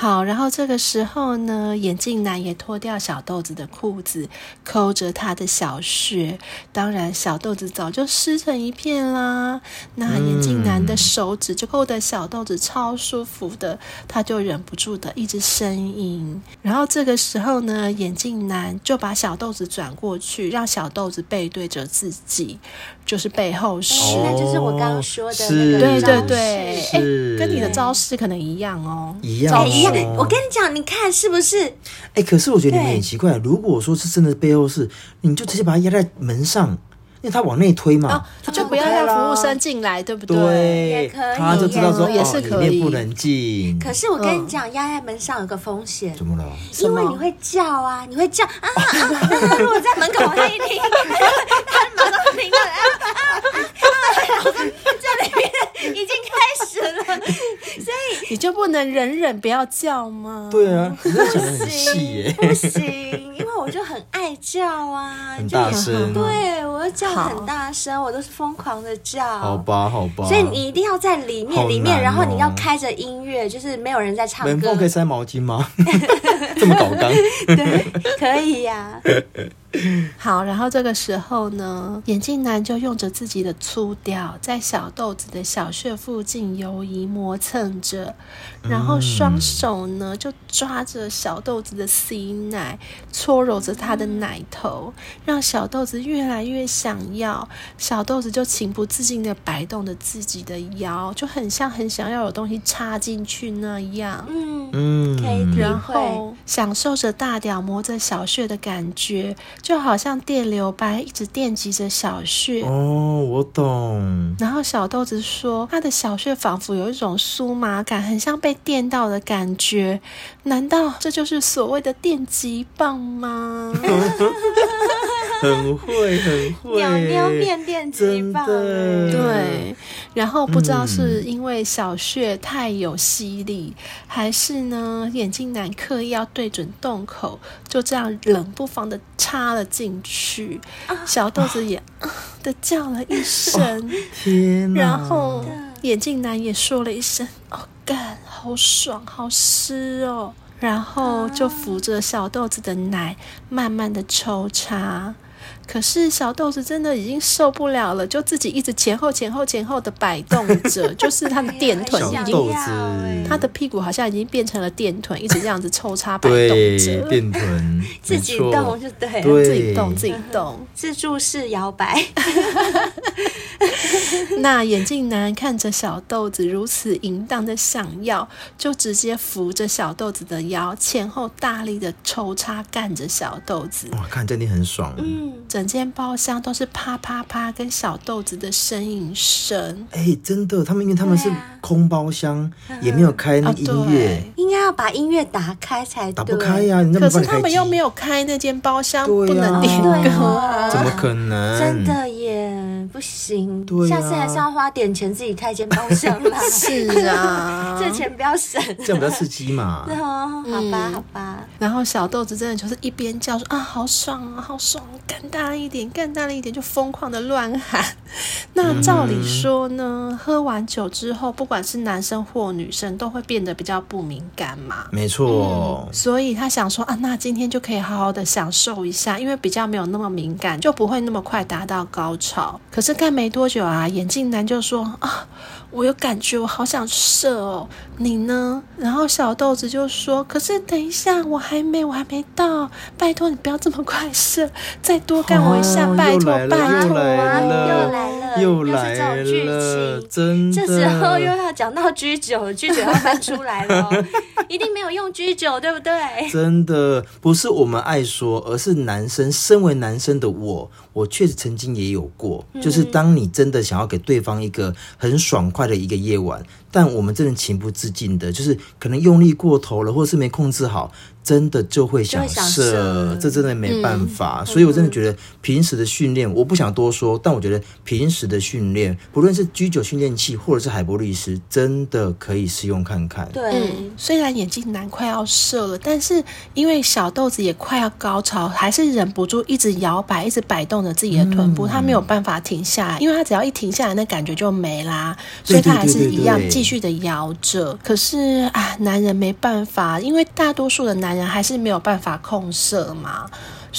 Speaker 4: 好，然后这个时候呢，眼镜男也脱掉小豆子的裤子，抠着他的小穴。当然，小豆子早就湿成一片啦。那眼镜男的手指就抠的小豆子超舒服的，他就忍不住的一直呻吟。然后这个时候呢，眼镜男就把小豆子转过去，让小豆子背对着自己，就是背后式。
Speaker 3: 哦那就是我刚刚说的那个
Speaker 4: 对对
Speaker 3: 招
Speaker 4: 对，
Speaker 3: 式
Speaker 4: 哎
Speaker 2: 哦是，
Speaker 4: 跟你的招式可能一样哦。
Speaker 2: 一样
Speaker 3: 哎
Speaker 2: 哦
Speaker 3: 呀，我跟你讲，你看是不是？
Speaker 2: 哎，可是我觉得你们
Speaker 3: 对
Speaker 2: 很奇怪，如果说是真的背后是，你就直接把它压在门上，因为他往内推嘛
Speaker 4: 哦，
Speaker 2: 他
Speaker 4: 就不要让服务生进来，对不
Speaker 3: 也
Speaker 2: 对
Speaker 3: 可以，
Speaker 2: 他就知道说
Speaker 4: 也
Speaker 2: 哦
Speaker 4: 是
Speaker 2: 里
Speaker 4: 可以
Speaker 2: 面不能进，
Speaker 3: 可是我跟
Speaker 2: 嗯
Speaker 3: 你讲，压在门上有个风险，
Speaker 2: 怎么了？
Speaker 3: 因为
Speaker 4: 什么
Speaker 3: 你会叫啊，你会叫啊啊！啊如果在门口，他一听，他马上停了，啊啊啊！然后这里面已经开始了，所以
Speaker 4: 你就不能忍忍不要叫吗？，
Speaker 2: 对啊，你这讲的很细 耶，
Speaker 3: 不行，因为我就很爱叫啊，
Speaker 2: 很
Speaker 3: 就
Speaker 2: 大声，，
Speaker 3: 对我就叫很大声，我都是疯狂的
Speaker 2: 好
Speaker 3: 叫。
Speaker 2: 吧，好吧。
Speaker 3: 啊所以你一定要在里面，
Speaker 2: 好
Speaker 3: 里面，
Speaker 2: 难
Speaker 3: 然后
Speaker 2: 哦
Speaker 3: 你要开着音乐，就是没有人在唱
Speaker 2: 门
Speaker 3: 歌
Speaker 2: 缝，可以塞毛巾吗？ 这么搞刚，
Speaker 3: 对，可以呀、
Speaker 4: 好，然后这个时候呢，眼镜男就用着自己的粗屌，在小豆子的小穴附近游移磨蹭着，然
Speaker 2: 嗯
Speaker 4: 后双手呢就抓着小豆子的 C 奶，搓揉着他的奶头，让小豆子越来越想要。小豆子就情不自禁地摆动着自己的腰，就很像很想要有东西插进去那样。
Speaker 3: 嗯，
Speaker 2: 嗯，
Speaker 3: 可以体
Speaker 4: 然
Speaker 3: 会
Speaker 4: 后享受着大屌磨着小穴的感觉，就好像电流般一直电击着小穴。
Speaker 2: 哦，我懂，
Speaker 4: 然后小豆子说，他的小穴仿佛有一种酥麻感，很像被电到的感觉。难道这就是所谓的电击棒吗？
Speaker 2: 很会，很会，
Speaker 3: 鸟鸟面电击
Speaker 2: 真
Speaker 3: 棒，
Speaker 2: 的，
Speaker 4: 对，然后不知道是因为小穴太有吸力，还是呢眼镜男刻意要对准洞口，就这样冷不防的插了进去。小豆子也啊的叫了一声，
Speaker 2: 天哪！
Speaker 4: 然后
Speaker 2: 嗯
Speaker 4: 眼镜男也说了一声：“哦，干，好爽，好湿哦。”然后就扶着小豆子的奶，慢慢的抽插。可是小豆子真的已经受不了了，就自己一直前后前后前后的摆动 着，就是他的电臀
Speaker 2: 小
Speaker 4: 已经，
Speaker 2: 豆子，
Speaker 4: 他的屁股好像已经变成了电臀，一直这样子抽插摆动
Speaker 2: 对
Speaker 4: 着，
Speaker 2: 电臀，
Speaker 3: 自己
Speaker 2: 没错
Speaker 3: 动就对了，
Speaker 2: 对
Speaker 4: 自己动自己动。
Speaker 3: 自助式摇摆，
Speaker 4: 那眼镜男看着小豆子如此淫荡的想要，就直接扶着小豆子的腰，前后大力的抽插干着小豆子。
Speaker 2: 哇，看这里很爽。
Speaker 3: 嗯，
Speaker 4: 整间包厢都是啪啪啪跟小豆子的呻吟声。
Speaker 2: 哎、真的，他们因为他们是
Speaker 3: 对啊嗯哦
Speaker 2: 空包厢，也没有开那
Speaker 4: 啊
Speaker 2: 个音乐，
Speaker 4: 对
Speaker 3: 应该要把音乐打开才对，
Speaker 2: 打不开啊呀、人家没帮
Speaker 4: 可是
Speaker 2: 你开
Speaker 4: 他们
Speaker 2: 机
Speaker 4: 又没有开那间包厢，
Speaker 2: 对啊
Speaker 4: 不能点
Speaker 3: 对
Speaker 4: 歌。
Speaker 3: 啊，
Speaker 2: 怎么可能？
Speaker 3: 真，的耶，不行，
Speaker 2: 对呀
Speaker 3: 下次还是要花点钱自己开间包厢 啦，
Speaker 4: 是啊
Speaker 3: 这钱不要省。
Speaker 2: 这样比较刺激嘛
Speaker 3: 对。哦，
Speaker 2: 嗯
Speaker 3: 好吧，好吧，
Speaker 4: 然后小豆子真的就是一边叫说啊，好爽啊，好爽，干大力一点，干大力一点，就疯狂的乱喊。那照理说呢，喝完酒之后，不管是男生或女生，都会变得比较不敏感嘛。
Speaker 2: 没错，
Speaker 3: 嗯
Speaker 4: 所以他想说啊，那今天就可以好好的享受一下，因为比较没有那么敏感，就不会那么快达到高潮。可是干没多久啊，眼镜男就说啊，我有感觉，我好想射哦，你呢？然后小豆子就说，可是等一下，我还没，我还没到，拜托你不要这么快射，再多干我一下，
Speaker 2: 哦
Speaker 4: 拜
Speaker 2: 又
Speaker 4: 托
Speaker 2: 来了
Speaker 4: 拜
Speaker 2: 又
Speaker 4: 托
Speaker 2: 来
Speaker 3: 哇，
Speaker 4: 啊
Speaker 3: 又
Speaker 2: 了
Speaker 3: 来了，
Speaker 2: 又
Speaker 3: 是
Speaker 2: 来
Speaker 3: 这种剧
Speaker 2: 了，
Speaker 3: 情。
Speaker 2: 真的。
Speaker 3: 这时候又要讲到居酒，居酒要翻出来了 哦，一定没有用居酒，对不对？
Speaker 2: 真的不是我们爱说，而是男生身为男生的我，我确实曾经也有过，
Speaker 3: 嗯
Speaker 2: 就是当你真的想要给对方一个很爽快的一个夜晚，但我们真的情不自禁的，就是可能用力过头了，或是没控制好，真的就会想
Speaker 3: 就会想
Speaker 2: 射
Speaker 3: 射，嗯
Speaker 2: 这真的没办法。所以我真的觉得平时的训练，我不想多说，但我觉得平时的训练，不论是居酒训练器或者是海博律师，真的可以试用看看。
Speaker 3: 对，
Speaker 2: 嗯
Speaker 4: 虽然眼镜男快要射了，但是因为小豆子也快要高潮，还是忍不住一直摇摆，一直摆动着自己的臀
Speaker 2: 嗯
Speaker 4: 部，他没有办法停下来，因为他只要一停下来，那感觉就没啦，所以
Speaker 2: 对
Speaker 4: 他还是一样
Speaker 2: 对对对对
Speaker 4: 继续的摇着。可是啊，男人没办法，因为大多数的男人还是没有办法控射嘛，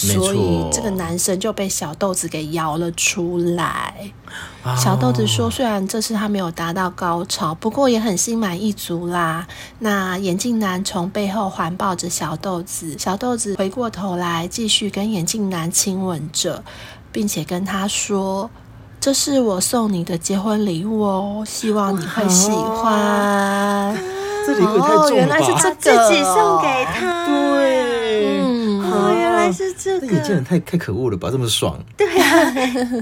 Speaker 2: 没错
Speaker 4: 所以这个男生就被小豆子给摇了出来。
Speaker 2: 啊
Speaker 4: 小豆子说：“虽然这次他没有达到高潮，不过也很心满意足啦。”那眼镜男从背后环抱着小豆子，小豆子回过头来继续跟眼镜男亲吻着，并且跟他说：“这是我送你的结婚礼物哦，希望你会喜欢。”
Speaker 2: 这里可以太重了吧？
Speaker 4: 哦原来是这
Speaker 3: 自己送给他，
Speaker 2: 对，
Speaker 4: 嗯，
Speaker 3: 哦，原来来是这
Speaker 2: 那眼镜人
Speaker 3: 个，
Speaker 2: 太太可恶了吧，这么爽。
Speaker 3: 对啊，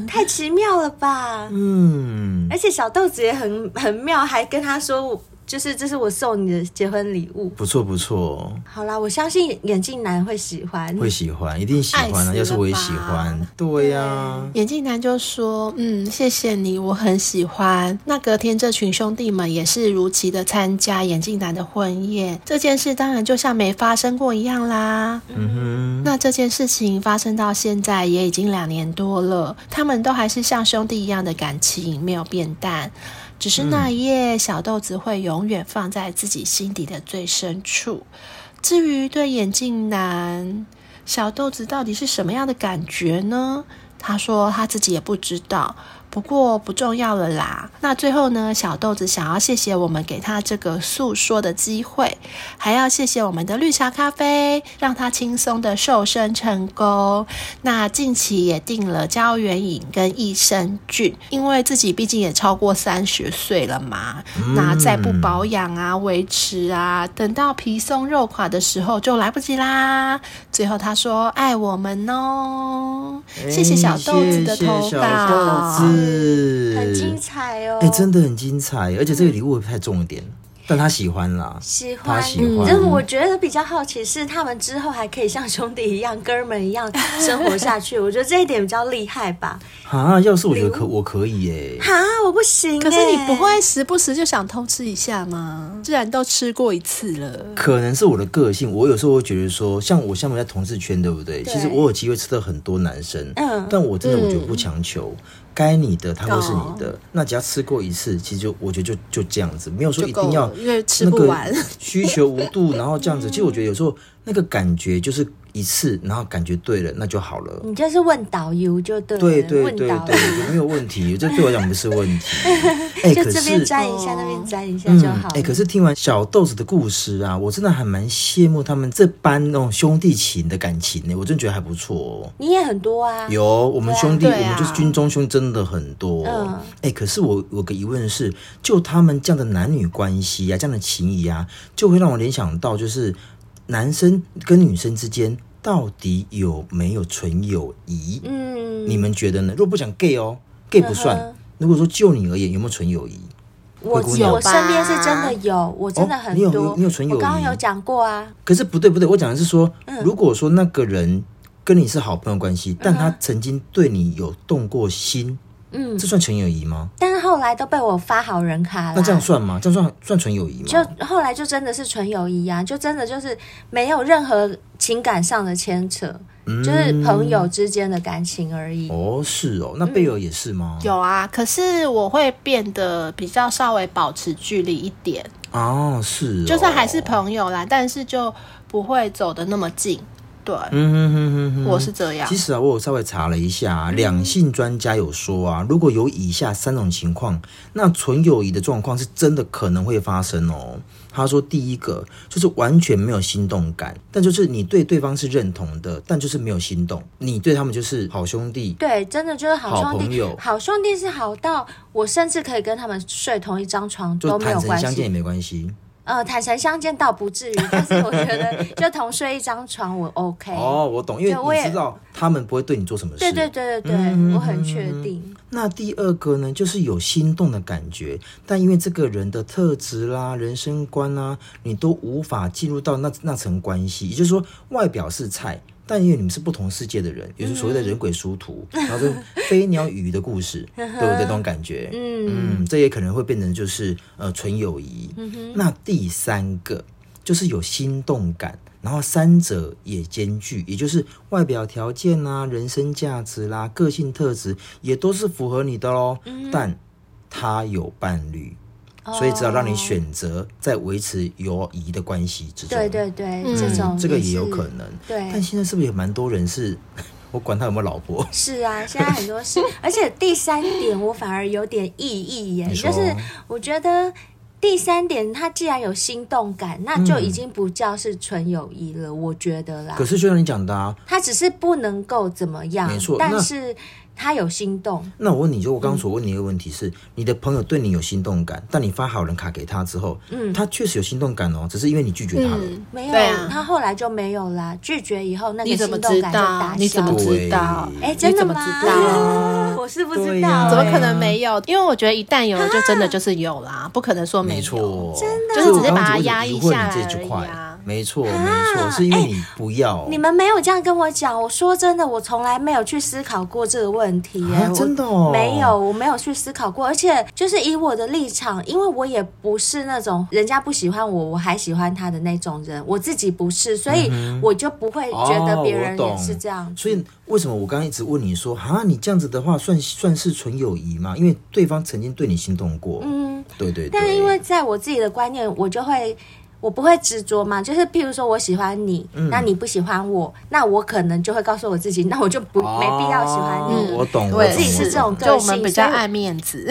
Speaker 3: 太奇妙了吧！
Speaker 2: 嗯，
Speaker 3: 而且小豆子也很很妙，还跟他说，我就是这是我送你的结婚礼物。
Speaker 2: 不错不错，
Speaker 3: 好啦，我相信眼镜男会喜欢。
Speaker 2: 会喜欢，一定喜
Speaker 4: 爱
Speaker 2: 欢
Speaker 4: 死
Speaker 2: 啊！
Speaker 4: 了
Speaker 2: 要是我也
Speaker 4: 吧
Speaker 2: 喜欢，对呀、
Speaker 4: 眼镜男就说：“嗯，谢谢你，我很喜欢。”那隔天，这群兄弟们也是如期的参加眼镜男的婚宴。这件事当然就像没发生过一样啦。
Speaker 2: 嗯
Speaker 4: 那这件事情发生到现在也已经两年多了，他们都还是像兄弟一样的感情没有变淡，只是那一夜小豆子会永远放在自己心底的最深处。至于对眼镜男，小豆子到底是什么样的感觉呢？他说他自己也不知道，不过不重要了啦。那最后呢，小豆子想要谢谢我们给他这个诉说的机会，还要谢谢我们的绿茶咖啡，让他轻松的瘦身成功。那近期也订了胶原饮跟益生菌，因为自己毕竟也超过三十岁了嘛，那再不保养啊、维持啊，等到皮松肉垮的时候就来不及啦。最后他说爱我们哦，
Speaker 2: 哼，
Speaker 4: 谢谢小豆子的投
Speaker 2: 哎嗯谢谢小
Speaker 4: 稿，
Speaker 2: 豆子，
Speaker 3: 很精。彩哦！
Speaker 2: 哎、真的很精彩，而且这个礼物太重了点，但他喜欢啦，
Speaker 4: 嗯
Speaker 3: 喜
Speaker 2: 他。
Speaker 3: 欢
Speaker 2: 喜欢。
Speaker 3: 但是我觉得比较好奇是，他们之后还可以像兄弟一样、哥们一样生活下去，我觉得这一点比较厉害吧。
Speaker 2: 啊，要是我觉得可我可以耶、
Speaker 3: 哈，我不行、欸
Speaker 4: 可是你不，会时不时就想偷吃一下吗？既然都吃过一次了，
Speaker 2: 可能是我的个性，我有时候会觉得说，像我像我在同事圈，对不对？
Speaker 3: 对
Speaker 2: 其实我有机会吃到很多男生，
Speaker 3: 嗯
Speaker 2: 但我真的我觉得不强求，该你的他会是你
Speaker 3: 哦
Speaker 2: 的。那只要吃过一次，其实就我觉得就就这样子，没有说一定
Speaker 4: 就
Speaker 2: 要
Speaker 4: 够了因为吃不完，
Speaker 2: 需求无度，然后这样子。其实我觉得有时候那个感觉就是一次，然后感觉对了，那就好了。
Speaker 3: 你就是问导游就对了，
Speaker 2: 对对对
Speaker 3: 嗯问
Speaker 2: 对，
Speaker 3: 导游。
Speaker 2: 有没有问题？这对我讲不是问 题。哎、
Speaker 3: 就
Speaker 2: 可
Speaker 3: 这边
Speaker 2: 是
Speaker 3: 粘一下，
Speaker 4: 哦
Speaker 3: 那边粘一下
Speaker 2: 嗯，
Speaker 3: 就好了。
Speaker 2: 哎、可是听完小豆子的故事啊，我真的还蛮羡慕他们这般那种兄弟情的感情呢、我真觉得还不错、
Speaker 3: 你也很多啊
Speaker 2: 哦。，有我们兄弟，
Speaker 4: 对啊
Speaker 2: 我们就是军中兄真的很多。哎、
Speaker 3: 嗯
Speaker 2: 可是我我有个疑问是，就他们这样的男女关系啊，这样的情谊啊，就会让我联想到，就是男生跟女生之间到底有没有纯友谊？
Speaker 3: 嗯，
Speaker 2: 你们觉得呢？如果不讲 gay 哦，gay 不算。
Speaker 3: 嗯哼
Speaker 2: 如果说就你而言，有没有纯友谊？
Speaker 3: 我
Speaker 2: 灰姑娘
Speaker 3: 我身边是真的有，我真的
Speaker 2: 哦
Speaker 3: 很
Speaker 2: 你有
Speaker 3: 多。
Speaker 2: 你有纯友谊
Speaker 3: 我刚刚有讲过啊，
Speaker 2: 可是不对不对，我讲的是说，
Speaker 4: 嗯
Speaker 2: 如果说那个人跟你是好朋友关系，但他曾经对你有动过心，
Speaker 3: 嗯
Speaker 2: 这算纯友谊吗？
Speaker 3: 但是后来都被我发好人
Speaker 4: 嗯
Speaker 3: 卡了。
Speaker 2: 那这样算吗？这样算算纯友谊吗？
Speaker 3: 就后来就真的是纯友谊啊，就真的就是没有任何情感上的牵扯，就是朋友之间的感情而
Speaker 2: 嗯
Speaker 3: 已。
Speaker 2: 哦，是哦，那贝尔也是吗？
Speaker 4: 嗯有啊，可是我会变得比较稍微保持距离一点，
Speaker 2: 哦，是哦，
Speaker 4: 就是还是朋友啦，但是就不会走的那么近。对，
Speaker 2: 嗯哼哼哼哼，
Speaker 4: 我是这样
Speaker 2: 其。实啊，我有稍微查了一下、
Speaker 3: 嗯
Speaker 2: 啊，两性专家有说啊，如果有以下三种情况，那纯友谊的状况是真的可能会发生哦。他说，第一个就是完全没有心动感，但就是你对对方是认同的，但就是没有心动，你对他们就是好兄弟。
Speaker 3: 对，真的就是好兄
Speaker 2: 好朋
Speaker 3: 弟，
Speaker 2: 友
Speaker 3: 兄弟是好到我甚至可以跟他们睡同一张床
Speaker 2: 就
Speaker 3: 都没
Speaker 2: 坦
Speaker 3: 有
Speaker 2: 诚
Speaker 3: 关
Speaker 2: 相见也
Speaker 3: 系。
Speaker 2: 没关系
Speaker 3: 呃，坦诚相见倒不至于， 但是我觉得就同睡一张床我 OK。
Speaker 2: 哦，我懂，因为
Speaker 3: 对我也
Speaker 2: 你知道他们不会对你做什么事。
Speaker 3: 对对对对对，我很确定。
Speaker 2: 那第二个呢，就是有心动的感觉，但因为这个人的特质啦、人生观啦、你都无法进入到那那层关系。也就是说，外表是菜，但因为你们是不同世界的人，也就是所谓的人鬼殊途，然后就飞鸟与鱼的故事，对不对？这种感觉，嗯这也可能会变成就是呃纯友谊。
Speaker 3: 嗯
Speaker 2: 那第三个就是有心动感。然后三者也兼具，也就是外表条件啦、人生价值啦、个性特质也都是符合你的喽。
Speaker 3: 嗯
Speaker 2: 但他有伴侣，
Speaker 3: 哦
Speaker 2: 所以只好让你选择在维持友谊的关系之中。
Speaker 3: 对对对，
Speaker 4: 嗯
Speaker 3: 这种
Speaker 2: 这个也
Speaker 3: 是
Speaker 2: 有可能。
Speaker 3: 对
Speaker 2: 但现在是不是也蛮多人是， 我管他有没有老婆？
Speaker 3: 是啊，现在很多事，而且第三点我反而有点异议耶，
Speaker 2: 你说
Speaker 3: 就是我觉得第三点，他既然有心动感，那
Speaker 2: 嗯
Speaker 3: 就已经不叫是纯友谊了，我觉得啦
Speaker 2: 可。是就像你讲的啊，
Speaker 3: 他只是不能够怎么样
Speaker 2: 没错，
Speaker 3: 但
Speaker 2: 那
Speaker 3: 是他有心动，
Speaker 2: 那我问你，就我刚刚
Speaker 3: 嗯
Speaker 2: 所问你一个问题是，你的朋友对你有心动感，但你发好人卡给他之后，嗯，他确实有心动感哦，只是因为你拒绝他了。
Speaker 4: 嗯，
Speaker 3: 没有，
Speaker 4: 对啊
Speaker 3: 他后来就没有啦。拒绝以后，那个
Speaker 4: 你
Speaker 3: 心
Speaker 4: 怎么
Speaker 3: 动
Speaker 4: 知
Speaker 3: 感就打
Speaker 4: 道
Speaker 3: 消？。
Speaker 4: 你怎么知道？
Speaker 3: 哎，真的
Speaker 4: 你怎么
Speaker 3: 吗？
Speaker 4: 知 道
Speaker 3: 我是不知
Speaker 2: 对
Speaker 3: 道、
Speaker 2: 呀
Speaker 4: 怎么
Speaker 3: 哎
Speaker 4: 可能没有？因为我觉得一旦有了，就真的就是有啦，不可能说
Speaker 2: 没
Speaker 4: 没有。
Speaker 2: 错，真
Speaker 4: 的就是只是把它压抑下来而已啊
Speaker 2: 这句话，没错，没错，是因为你不要。
Speaker 3: 啊哎你们没有这样跟我讲，我说真的，我从来没有去思考过这个问题、哎
Speaker 2: 啊
Speaker 3: 我
Speaker 2: 真的哦
Speaker 3: 没有，我没有去思考过，而且就是以我的立场，因为我也不是那种人家不喜欢我，我还喜欢他的那种人，我自己不是，所以
Speaker 4: 嗯
Speaker 3: 我就不会觉得别人
Speaker 2: 哦我
Speaker 3: 也
Speaker 2: 懂
Speaker 3: 是这样。
Speaker 2: 所以为什么我刚刚一直问你说啊，你这样子的话算算是纯友谊吗？因为对方曾经对你心动过，嗯，对对对。
Speaker 3: 但因为在我自己的观念，我就会。我不会执着嘛，就是譬如说我喜欢你，
Speaker 2: 嗯
Speaker 3: 那你不喜欢我，那我可能就会告诉我自己，那我就不、没必要喜欢
Speaker 2: 哦
Speaker 3: 你。
Speaker 2: 我懂，
Speaker 4: 我也
Speaker 2: 懂
Speaker 3: 自己是
Speaker 2: 我懂
Speaker 3: 这种个
Speaker 4: 就我
Speaker 3: 性
Speaker 4: 们比较
Speaker 3: 所以
Speaker 4: 爱面子，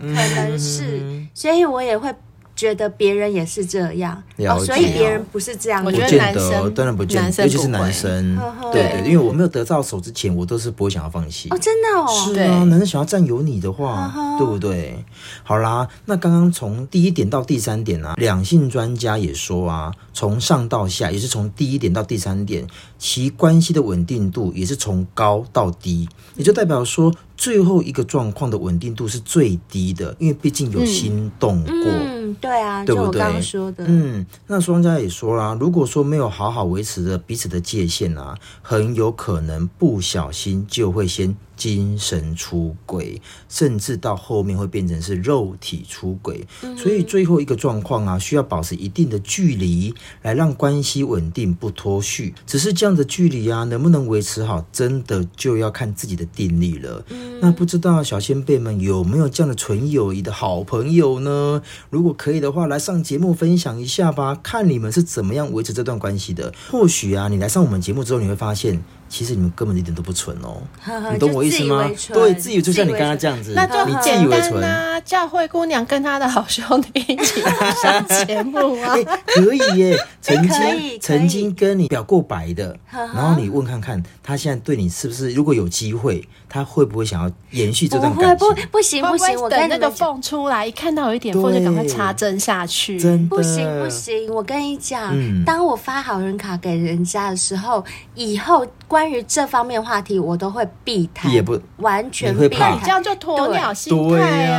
Speaker 2: 嗯
Speaker 3: 可能是，所以我也会觉得别人也是这样，
Speaker 2: 了
Speaker 3: 哦，
Speaker 2: 解
Speaker 3: 所以别人不是这样的，
Speaker 4: 我
Speaker 2: 不
Speaker 4: 觉得
Speaker 2: 见
Speaker 4: 男
Speaker 2: 得哦，
Speaker 4: 生
Speaker 2: 当然不见
Speaker 4: 男
Speaker 2: 得，
Speaker 4: 生
Speaker 2: 尤其是
Speaker 4: 不会
Speaker 2: 男生
Speaker 3: 呵呵，
Speaker 2: 对对，因为我没有得到手之前，我都是不会想要放弃。
Speaker 3: 哦，真的哦，
Speaker 2: 是
Speaker 4: 对
Speaker 2: 啊，男生想要占有你的话，对不对？好啦，那刚刚从第一点到第三点啊，两性专家也说啊，从上到下，也是从第一点到第三点，其关系的稳定度也是从高到低，
Speaker 4: 嗯
Speaker 2: 也就代表说最后一个状况的稳定度是最低的，因为毕竟有心动过。
Speaker 3: 嗯，对啊，
Speaker 2: 对
Speaker 3: 就
Speaker 2: 不
Speaker 3: 我
Speaker 2: 对？
Speaker 3: 刚刚说的，
Speaker 2: 嗯，那双方家也说啦，如果说没有好好维持着彼此的界限啊，很有可能不小心就会先精神出轨，甚至到后面会变成是肉体出轨。所以最后一个状况啊，需要保持一定的距离，来让关系稳定不脱序。只是这样的距离啊，能不能维持好，真的就要看自己的定力了。
Speaker 3: 嗯
Speaker 2: 那不知道小先辈们有没有这样的纯友谊的好朋友呢？如果可以的话，来上节目分享一下吧，看你们是怎么样维持这段关系的。或许啊，你来上我们节目之后，你会发现，其实你们根本一点都不纯哦。
Speaker 3: 呵呵
Speaker 2: 你懂我意思吗
Speaker 3: 就自以为？纯
Speaker 2: 对，自己就像你
Speaker 3: 自以为
Speaker 2: 刚刚
Speaker 3: 纯
Speaker 2: 这样子，
Speaker 4: 那就
Speaker 2: 你
Speaker 4: 很
Speaker 2: 自以
Speaker 4: 简
Speaker 2: 为
Speaker 4: 单
Speaker 2: 纯。
Speaker 4: 啊！叫灰姑娘跟她的好兄弟一 起上节目啊
Speaker 2: 哎、！可以 耶！曾经、
Speaker 3: 可以可以
Speaker 2: 曾经跟你表过白的，
Speaker 3: 呵呵
Speaker 2: 然后你问看看他现在对你是不是，如果有机会，他会不会想要延续这
Speaker 3: 不
Speaker 2: 段
Speaker 3: 会
Speaker 2: 感
Speaker 3: 不
Speaker 2: 情？
Speaker 3: 不行
Speaker 4: 会
Speaker 3: 不
Speaker 4: 不会
Speaker 3: 行，我跟
Speaker 4: 等
Speaker 3: 你
Speaker 4: 那个
Speaker 3: 们讲。
Speaker 4: 缝出来，一看到有一点缝就赶快插针下去？
Speaker 2: 真的
Speaker 3: 不行不，行，我跟你讲，
Speaker 2: 嗯
Speaker 3: 当我发好人卡给人家的时候，以后关于这方面话题我都会避谈，
Speaker 2: 也不
Speaker 3: 完全
Speaker 2: 你会
Speaker 3: 避
Speaker 2: 怕
Speaker 4: 那你
Speaker 3: 谈
Speaker 4: 这。样就鸵鸟心
Speaker 2: 对
Speaker 4: 态啊！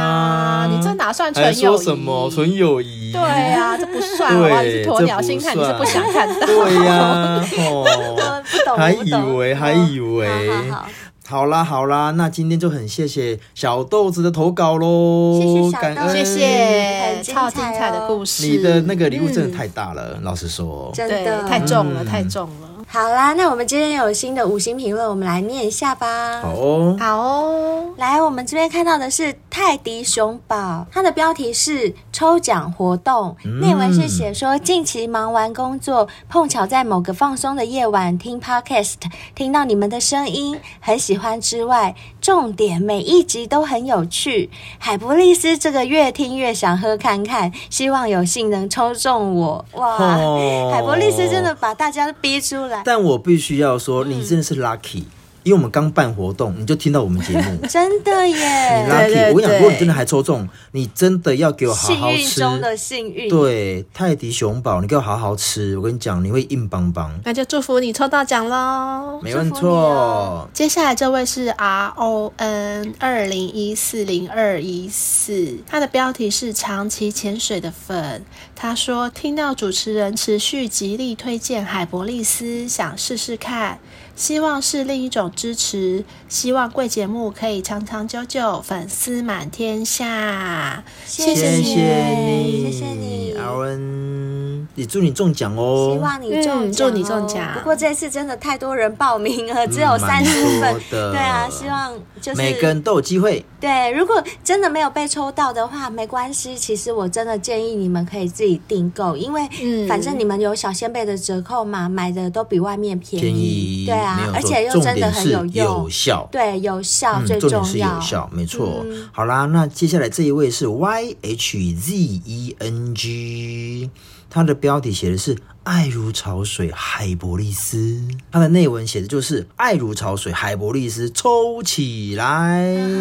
Speaker 2: 呀
Speaker 4: 你这哪算纯
Speaker 2: 还
Speaker 4: 友
Speaker 2: 说
Speaker 4: 谊？
Speaker 2: 什么纯友谊？
Speaker 4: 对啊，这不算好不好？你
Speaker 2: 对
Speaker 4: 是鸵鸟心态，
Speaker 2: 这
Speaker 4: 你
Speaker 2: 不
Speaker 4: 是不想看到。
Speaker 2: 对呀、 哦
Speaker 3: 我不懂，
Speaker 2: 还
Speaker 3: 我不
Speaker 2: 以
Speaker 3: 懂
Speaker 2: 为
Speaker 3: 嗯
Speaker 2: 还以为
Speaker 3: 好好好
Speaker 2: 好啦好啦，那今天就很谢谢小豆子的投稿喽，
Speaker 3: 谢谢小
Speaker 2: 感
Speaker 3: 豆子
Speaker 4: 谢
Speaker 2: 恩
Speaker 4: 谢
Speaker 3: 很，精彩哦
Speaker 4: 超精彩的故事。嗯
Speaker 2: 你的那个礼物真的太大了，老实说，
Speaker 3: 嗯真
Speaker 4: 对
Speaker 3: 的
Speaker 4: 太重
Speaker 2: 嗯
Speaker 4: 了，太重了。
Speaker 3: 好啦，那我们今天有新的五星评论，我们来念一下吧。
Speaker 2: 好哦。
Speaker 4: 好哦，
Speaker 3: 来，我们这边看到的是泰迪熊宝，它的标题是抽奖活动，
Speaker 2: 嗯
Speaker 3: 内文是写说近期忙完工作，碰巧在某个放松的夜晚听 podcast，听到你们的声音，很喜欢之外，重点每一集都很有趣。海博利斯这个越听越想喝看看，希望有幸能抽中我。哇，
Speaker 2: 哦
Speaker 3: 啊海博利斯真的把大家都逼出来。。
Speaker 2: 但我必须要说，你真的是 lucky，、因为我们刚办活动，你就听到我们节目
Speaker 3: 真的耶！
Speaker 2: 你 lucky，我
Speaker 4: 对对
Speaker 2: 跟你讲，
Speaker 4: 对
Speaker 2: 如果你真的还抽中，你真的要给我好
Speaker 3: 幸
Speaker 2: 好
Speaker 3: 运
Speaker 2: 吃。
Speaker 3: 中的幸运，
Speaker 2: 对，泰迪熊宝，你给我好好吃。我跟你讲，你会硬邦邦，
Speaker 4: 那就祝福你抽到奖喽。
Speaker 2: 没问
Speaker 3: 祝福你哦
Speaker 2: 错。
Speaker 4: 接下来这位是 R O N 二零一四零二一四，他的标题是长期潜水的粉。他说听到主持人持续极力推荐海博利斯，想试试看，希望是另一种支持，希望贵节目可以长长久久，粉丝满天下。
Speaker 3: 哦谢
Speaker 2: 谢你，
Speaker 3: 谢谢你，
Speaker 2: 阿文，也祝你中奖哦。
Speaker 3: 希望你中奖哦、
Speaker 4: 嗯祝你中奖
Speaker 3: 不过这次真的太多人报名了，
Speaker 2: 嗯
Speaker 3: 只有三十
Speaker 2: 蛮
Speaker 3: 份
Speaker 2: 多。的
Speaker 3: 对啊，希望就是
Speaker 2: 每个人都有机会。
Speaker 3: 对，如果真的没有被抽到的话，没关系。其实我真的建议你们可以自己订购，因为
Speaker 4: 嗯
Speaker 3: 反正你们有小先贝的折扣嘛，买的都比外面便宜。
Speaker 2: 便宜，
Speaker 3: 对
Speaker 2: 没
Speaker 3: 啊
Speaker 2: 有，
Speaker 3: 而
Speaker 2: 错
Speaker 3: 且又
Speaker 2: 重
Speaker 3: 真的
Speaker 2: 点
Speaker 3: 很
Speaker 2: 是
Speaker 3: 有用。
Speaker 2: 效，
Speaker 3: 对，有效、
Speaker 2: 嗯，
Speaker 3: 啊最
Speaker 2: 重
Speaker 3: 重
Speaker 2: 点是
Speaker 3: 要。嗯
Speaker 2: 有效，没错。好啦，那接下来这一位是 Y H Z E N G，它的标题写的是“爱如潮水，海博利斯”，它的内文写的就是“爱如潮水，海博利斯，抽起来”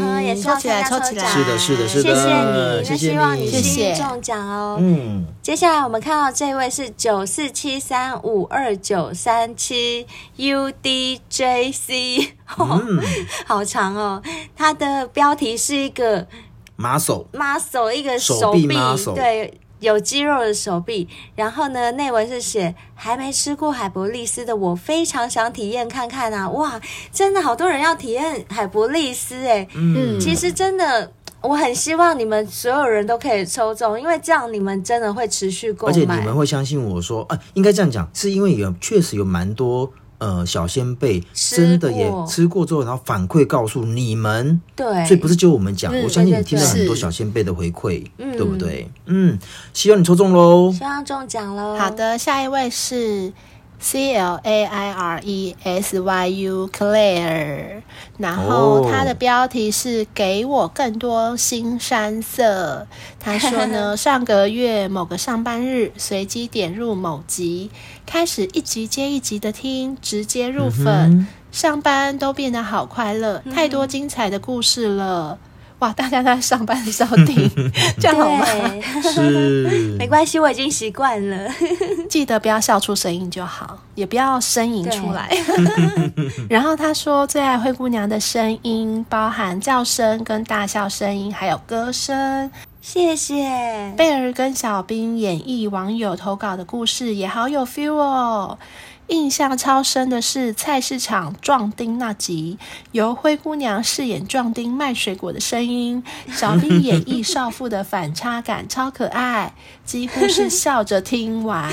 Speaker 3: 啊，也是要
Speaker 4: 嗯抽起来
Speaker 3: 参加
Speaker 4: 抽起来
Speaker 3: 奖
Speaker 4: 是
Speaker 2: 的是的是的谢谢
Speaker 3: 谢谢你，那希望
Speaker 2: 你
Speaker 3: 你
Speaker 4: 谢
Speaker 3: 幸运
Speaker 4: 谢
Speaker 3: 中奖哦。
Speaker 2: 嗯，
Speaker 3: 接下来我们看到这位是九四七三五二九三七 UDJC，、哦 好长哦。它的标题是一个
Speaker 2: 马首
Speaker 3: muscle，一个
Speaker 2: 手
Speaker 3: 手
Speaker 2: 臂
Speaker 3: 臂，
Speaker 2: muscle
Speaker 3: 对，有肌肉的手臂。然后呢，内文是写还没吃过海博利斯的我非常想体验看看啊！哇，真的好多人要体验海博利斯哎、
Speaker 4: 嗯
Speaker 3: 其实真的。我很希望你们所有人都可以抽中，因为这样你们真的会持续购
Speaker 2: 而
Speaker 3: 买。
Speaker 2: 且你们会相信我说，啊，应该这样讲，是因为有确实有蛮多呃小先辈
Speaker 3: 吃
Speaker 2: 真的也
Speaker 3: 过
Speaker 2: 吃过之后，然后反馈告诉你们，
Speaker 3: 对，
Speaker 2: 所以不是就我们讲，
Speaker 4: 嗯
Speaker 2: 我相信你听到
Speaker 4: 对对对
Speaker 2: 很多
Speaker 4: 是
Speaker 2: 小先辈的回馈，
Speaker 3: 嗯
Speaker 2: 对不对？嗯，希望你抽中 喽。
Speaker 3: 希望中奖喽。
Speaker 4: 好，的，下一位是 C L A I R E S Y U Claire，然后
Speaker 2: 哦
Speaker 4: 它的标题是“给我更多新山色”。他说呢，上个月某个上班日，随机点入某集，开始一集接一集的听，直接入粉。上班都变得好快乐，太多精彩的故事了。哇！大家都在上班的时候听，这样好吗？
Speaker 3: 对，
Speaker 2: 是
Speaker 3: 没关系，我已经习惯了。
Speaker 4: 记得不要笑出声音就好，也不要呻吟出来。 然后他说最爱灰姑娘的声音，包含叫声跟大笑声音，还有歌声。
Speaker 3: 谢谢。
Speaker 4: 贝尔跟小兵演绎网友投稿的故事，也好有 feel 哦。印象超深的是菜市场壮丁那集，由灰姑娘饰演壮丁卖水果的声音，小兵演绎少妇的反差感，超可爱，几乎是笑着听完。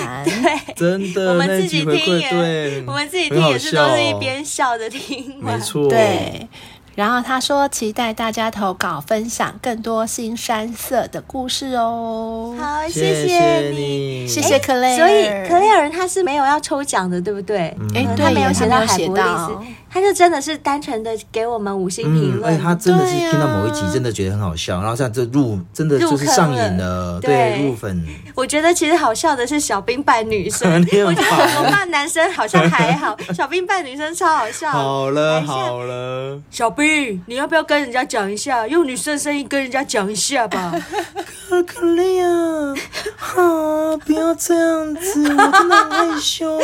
Speaker 2: 真的，
Speaker 3: 我们
Speaker 2: 那一
Speaker 3: 自己
Speaker 2: 集回
Speaker 3: 听
Speaker 2: 馈
Speaker 3: 也，
Speaker 2: 对，
Speaker 3: 我们自己
Speaker 2: 很
Speaker 3: 听
Speaker 2: 好
Speaker 3: 也是都
Speaker 2: 笑
Speaker 3: 是一
Speaker 2: 哦
Speaker 3: 边笑着听完。
Speaker 2: 没错，，
Speaker 4: 对，然后他说期待大家投稿分享更多新山色的故事哦。
Speaker 3: 好，
Speaker 2: 谢
Speaker 3: 谢你。
Speaker 2: 你，嗯
Speaker 4: 谢谢克雷，
Speaker 3: 所以克莱尔他是没有要抽奖的，对不对？
Speaker 4: 哎
Speaker 3: 嗯
Speaker 4: 对
Speaker 3: 他没有
Speaker 4: 耶
Speaker 3: 写到
Speaker 4: 他没有
Speaker 3: 海
Speaker 4: 写
Speaker 3: 博利
Speaker 4: 到
Speaker 3: 斯，他就真的是单纯的给我们五星评
Speaker 2: 嗯，而
Speaker 3: 论。
Speaker 2: 且他真的是
Speaker 4: 对呀
Speaker 2: 听到某一集，真的觉得很好笑，然后像这入，真的就是上瘾了，
Speaker 3: 入坑了
Speaker 2: 对，
Speaker 3: 对
Speaker 2: 入粉，
Speaker 3: 我觉得其实好笑的是小兵扮女生，
Speaker 2: 你很
Speaker 3: 我觉得
Speaker 2: 好
Speaker 3: 我扮男生好像还好，小兵扮女生超好笑。
Speaker 2: 好了
Speaker 3: 等一下
Speaker 2: 好了，
Speaker 3: 小兵，你要不要跟人家讲一下，用女生声音跟人家讲一下吧？
Speaker 2: 克克雷啊，啊，不要这样子，我真的很害羞。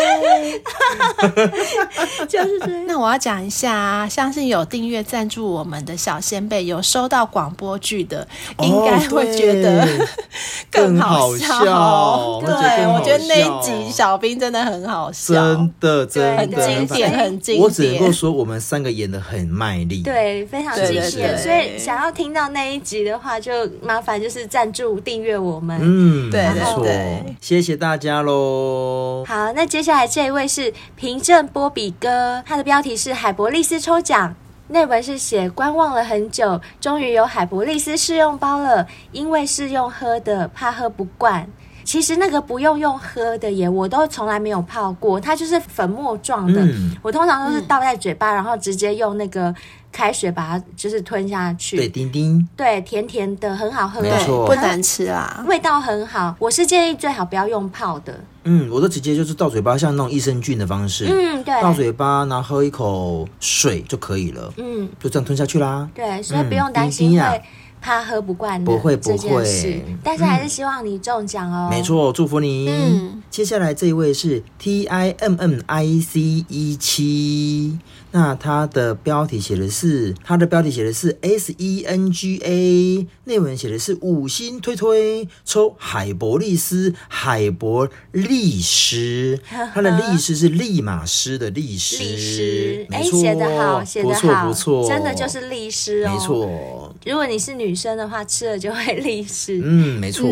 Speaker 3: 就是这样。
Speaker 4: 那我要讲一下、啊，相信有订阅赞助我们的小先辈，有收到广播剧的，应该会觉得、
Speaker 2: 哦对
Speaker 4: 更
Speaker 2: 好
Speaker 4: 笑。
Speaker 2: 笑那就
Speaker 4: 对，
Speaker 2: 更
Speaker 4: 我
Speaker 2: 好
Speaker 4: 觉得那
Speaker 2: 笑
Speaker 4: 一集小兵真的很好笑，
Speaker 2: 真的真
Speaker 3: 很
Speaker 2: 的
Speaker 4: 经典，
Speaker 2: 反
Speaker 4: 很经典。
Speaker 2: 我只能够说我们三个演的很卖力，，
Speaker 3: 对，非常
Speaker 4: 对
Speaker 3: 惊
Speaker 4: 对
Speaker 3: 险。
Speaker 4: 对
Speaker 3: 所以想要听到那一集的话，就麻烦就是赞助订阅我们。
Speaker 2: 嗯，
Speaker 4: 对
Speaker 2: 没错
Speaker 4: 对对，
Speaker 2: 谢谢大家喽。
Speaker 3: 好，那接下来这一位是平正波比哥，他的标题是海博利斯抽奖。内文是写观望了很久，终于有海博利斯试用包了，因为是用喝的，怕喝不惯。其实那个不用用喝的耶，我都从来没有泡过，它就是粉末状的。
Speaker 2: 嗯
Speaker 3: 我通常都是倒在嘴巴，然后直接用那个开水把它就是吞下去。
Speaker 2: 对，丁丁，
Speaker 3: 对，甜甜的，很好喝，
Speaker 2: 没
Speaker 4: 对，
Speaker 2: 错
Speaker 4: 不难吃啦。
Speaker 3: 味道很好。我是建议最好不要用泡的。
Speaker 2: 嗯，我都直接就是到嘴巴，像那种益生菌的方式，
Speaker 3: 嗯，对，
Speaker 2: 到嘴巴，然后喝一口水就可以了，
Speaker 3: 嗯，
Speaker 2: 就这样吞下去啦。
Speaker 3: 对，所以
Speaker 2: 嗯
Speaker 3: 不用担
Speaker 2: 冰
Speaker 3: 心
Speaker 2: 冰啊
Speaker 3: 会怕喝不惯的
Speaker 2: 不会
Speaker 3: 这
Speaker 2: 不
Speaker 3: 件
Speaker 2: 会
Speaker 3: 事
Speaker 2: 嗯，
Speaker 3: 但是还是希望你中奖哦。
Speaker 2: 没，错，祝福你。
Speaker 4: 嗯
Speaker 2: 接下来这一位是 T I M M I C 一七，那它的标题写的是，它的标题写的是 S E N G A，内文写的是五星推推抽海博利斯，海博利斯， 它的利斯是利马斯的利斯，
Speaker 3: 律师，
Speaker 2: 没
Speaker 3: 哎，
Speaker 2: 错，
Speaker 3: 写的好，写
Speaker 2: 不
Speaker 3: 的
Speaker 2: 错
Speaker 3: 好，
Speaker 2: 不错，
Speaker 3: 真的就是律师哦。
Speaker 2: 没，错。
Speaker 3: 如果你是女生的话，吃了就会律师。
Speaker 2: 嗯
Speaker 3: 嗯
Speaker 2: 嗯，没错。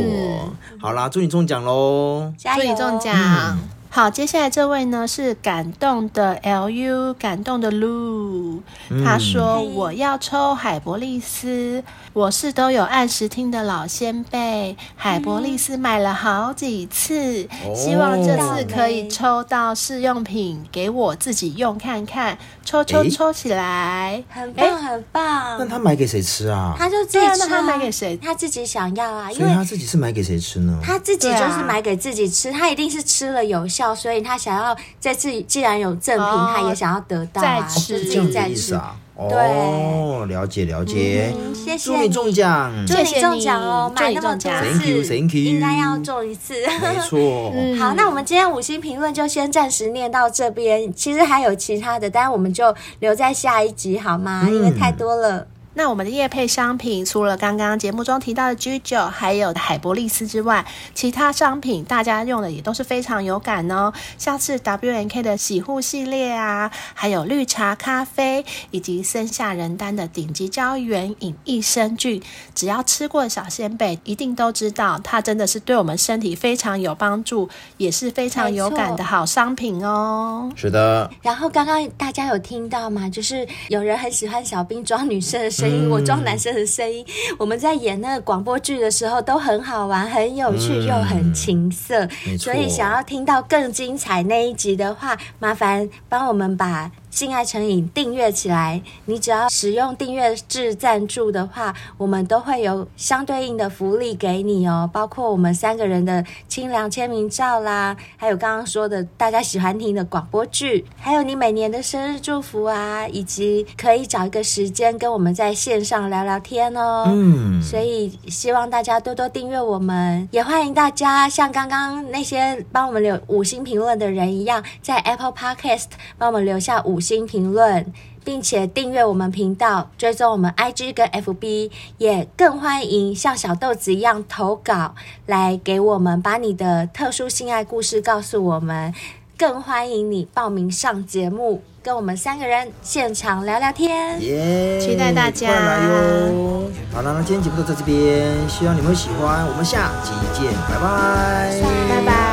Speaker 2: 好啦，祝你中奖喽！
Speaker 3: 加
Speaker 4: 祝
Speaker 3: 油！
Speaker 2: 嗯
Speaker 4: 你中奖，好，接下来这位呢是感动的 LU，感动的 Lu，、他
Speaker 2: 嗯
Speaker 4: 说我要抽海博利斯，我是都有按时听的老先辈，海博利斯买了好几次，
Speaker 2: 哦
Speaker 4: 希望这次可以抽到试用品给我自己用看看，抽抽
Speaker 2: 诶
Speaker 4: 抽起来，
Speaker 3: 很
Speaker 4: 哎
Speaker 3: 棒，很棒
Speaker 2: 那。他买给谁吃啊？
Speaker 3: 嗯他就自
Speaker 4: 对啊
Speaker 3: 己吃、
Speaker 4: 那
Speaker 3: 啊，
Speaker 4: 他买给谁
Speaker 3: 他自己想要啊，因
Speaker 2: 所以他
Speaker 3: 为
Speaker 2: 自己是买给谁吃呢？
Speaker 3: 他自己就
Speaker 4: 对啊
Speaker 3: 是买给自己吃，他一定是吃了有效，所以他想要这次既然有赠品，
Speaker 4: 哦
Speaker 3: 他也想要得到、啊，
Speaker 4: 再
Speaker 3: 就
Speaker 2: 哦
Speaker 3: 自
Speaker 4: 吃
Speaker 2: 这
Speaker 3: 己
Speaker 2: 样子
Speaker 3: 再
Speaker 2: 意
Speaker 3: 吃
Speaker 2: 思。啊？
Speaker 3: 对
Speaker 2: 哦，了解了解。
Speaker 3: 嗯，谢谢
Speaker 2: 祝你
Speaker 3: 你，
Speaker 2: 中奖！
Speaker 3: 祝
Speaker 4: 谢谢
Speaker 3: 你中
Speaker 4: 你
Speaker 3: 奖哦，
Speaker 4: 祝
Speaker 3: 买
Speaker 4: 你
Speaker 3: 那么
Speaker 4: 中
Speaker 3: 多
Speaker 4: 奖
Speaker 3: 次嗯
Speaker 2: Thank you, thank you
Speaker 3: 应该要中一次。
Speaker 2: 没 错，
Speaker 4: 嗯
Speaker 3: 好，那我们今天五星评论就先暂时念到这边，其实还有其他的，但是我们就留在下一集好吗？
Speaker 2: 嗯
Speaker 3: 因为太多了。
Speaker 4: 那我们的夜配商品，除了刚刚节目中提到的 G 九，还有海博利斯之外，其他商品大家用的也都是非常有感哦。像是 W N K 的洗护系列啊，还有绿茶咖啡，以及森下仁丹的顶级胶原饮益生菌，只要吃过的小仙贝，一定都知道它真的是对我们身体非常有帮助，也是非常有感的好商品哦。
Speaker 2: 是的，
Speaker 3: 然后刚刚大家有听到吗？就是有人很喜欢小兵装女生的声音，我装男生的声音。我们在演那个广播剧的时候都很好玩，很有趣、
Speaker 2: 嗯
Speaker 3: 又很情色
Speaker 2: 没。错
Speaker 3: 所以想要听到更精彩那一集的话，麻烦帮我们把。性爱成瘾订阅起来，你只要使用订阅制赞助的话，我们都会有相对应的福利给你哦，包括我们三个人的清凉签名照啦，还有刚刚说的大家喜欢听的广播剧，还有你每年的生日祝福啊，以及可以找一个时间跟我们在线上聊聊天哦。
Speaker 2: 嗯，
Speaker 3: 所以希望大家多多订阅我们，也欢迎大家像刚刚那些帮我们留五星评论的人一样，在 Apple Podcast 帮我们留下五星评论，并且订阅我们频道，追踪我们 IG 跟 FB，也更欢迎像小豆子一样投稿来给我们，把你的特殊性爱故事告诉我们。更欢迎你报名上节目，跟我们三个人现场聊聊天。
Speaker 2: 耶，
Speaker 4: 期待大家
Speaker 2: 快来哟！好了，那今天节目就到这边，希望你们会喜欢，我们下期见，拜拜，
Speaker 4: 拜拜。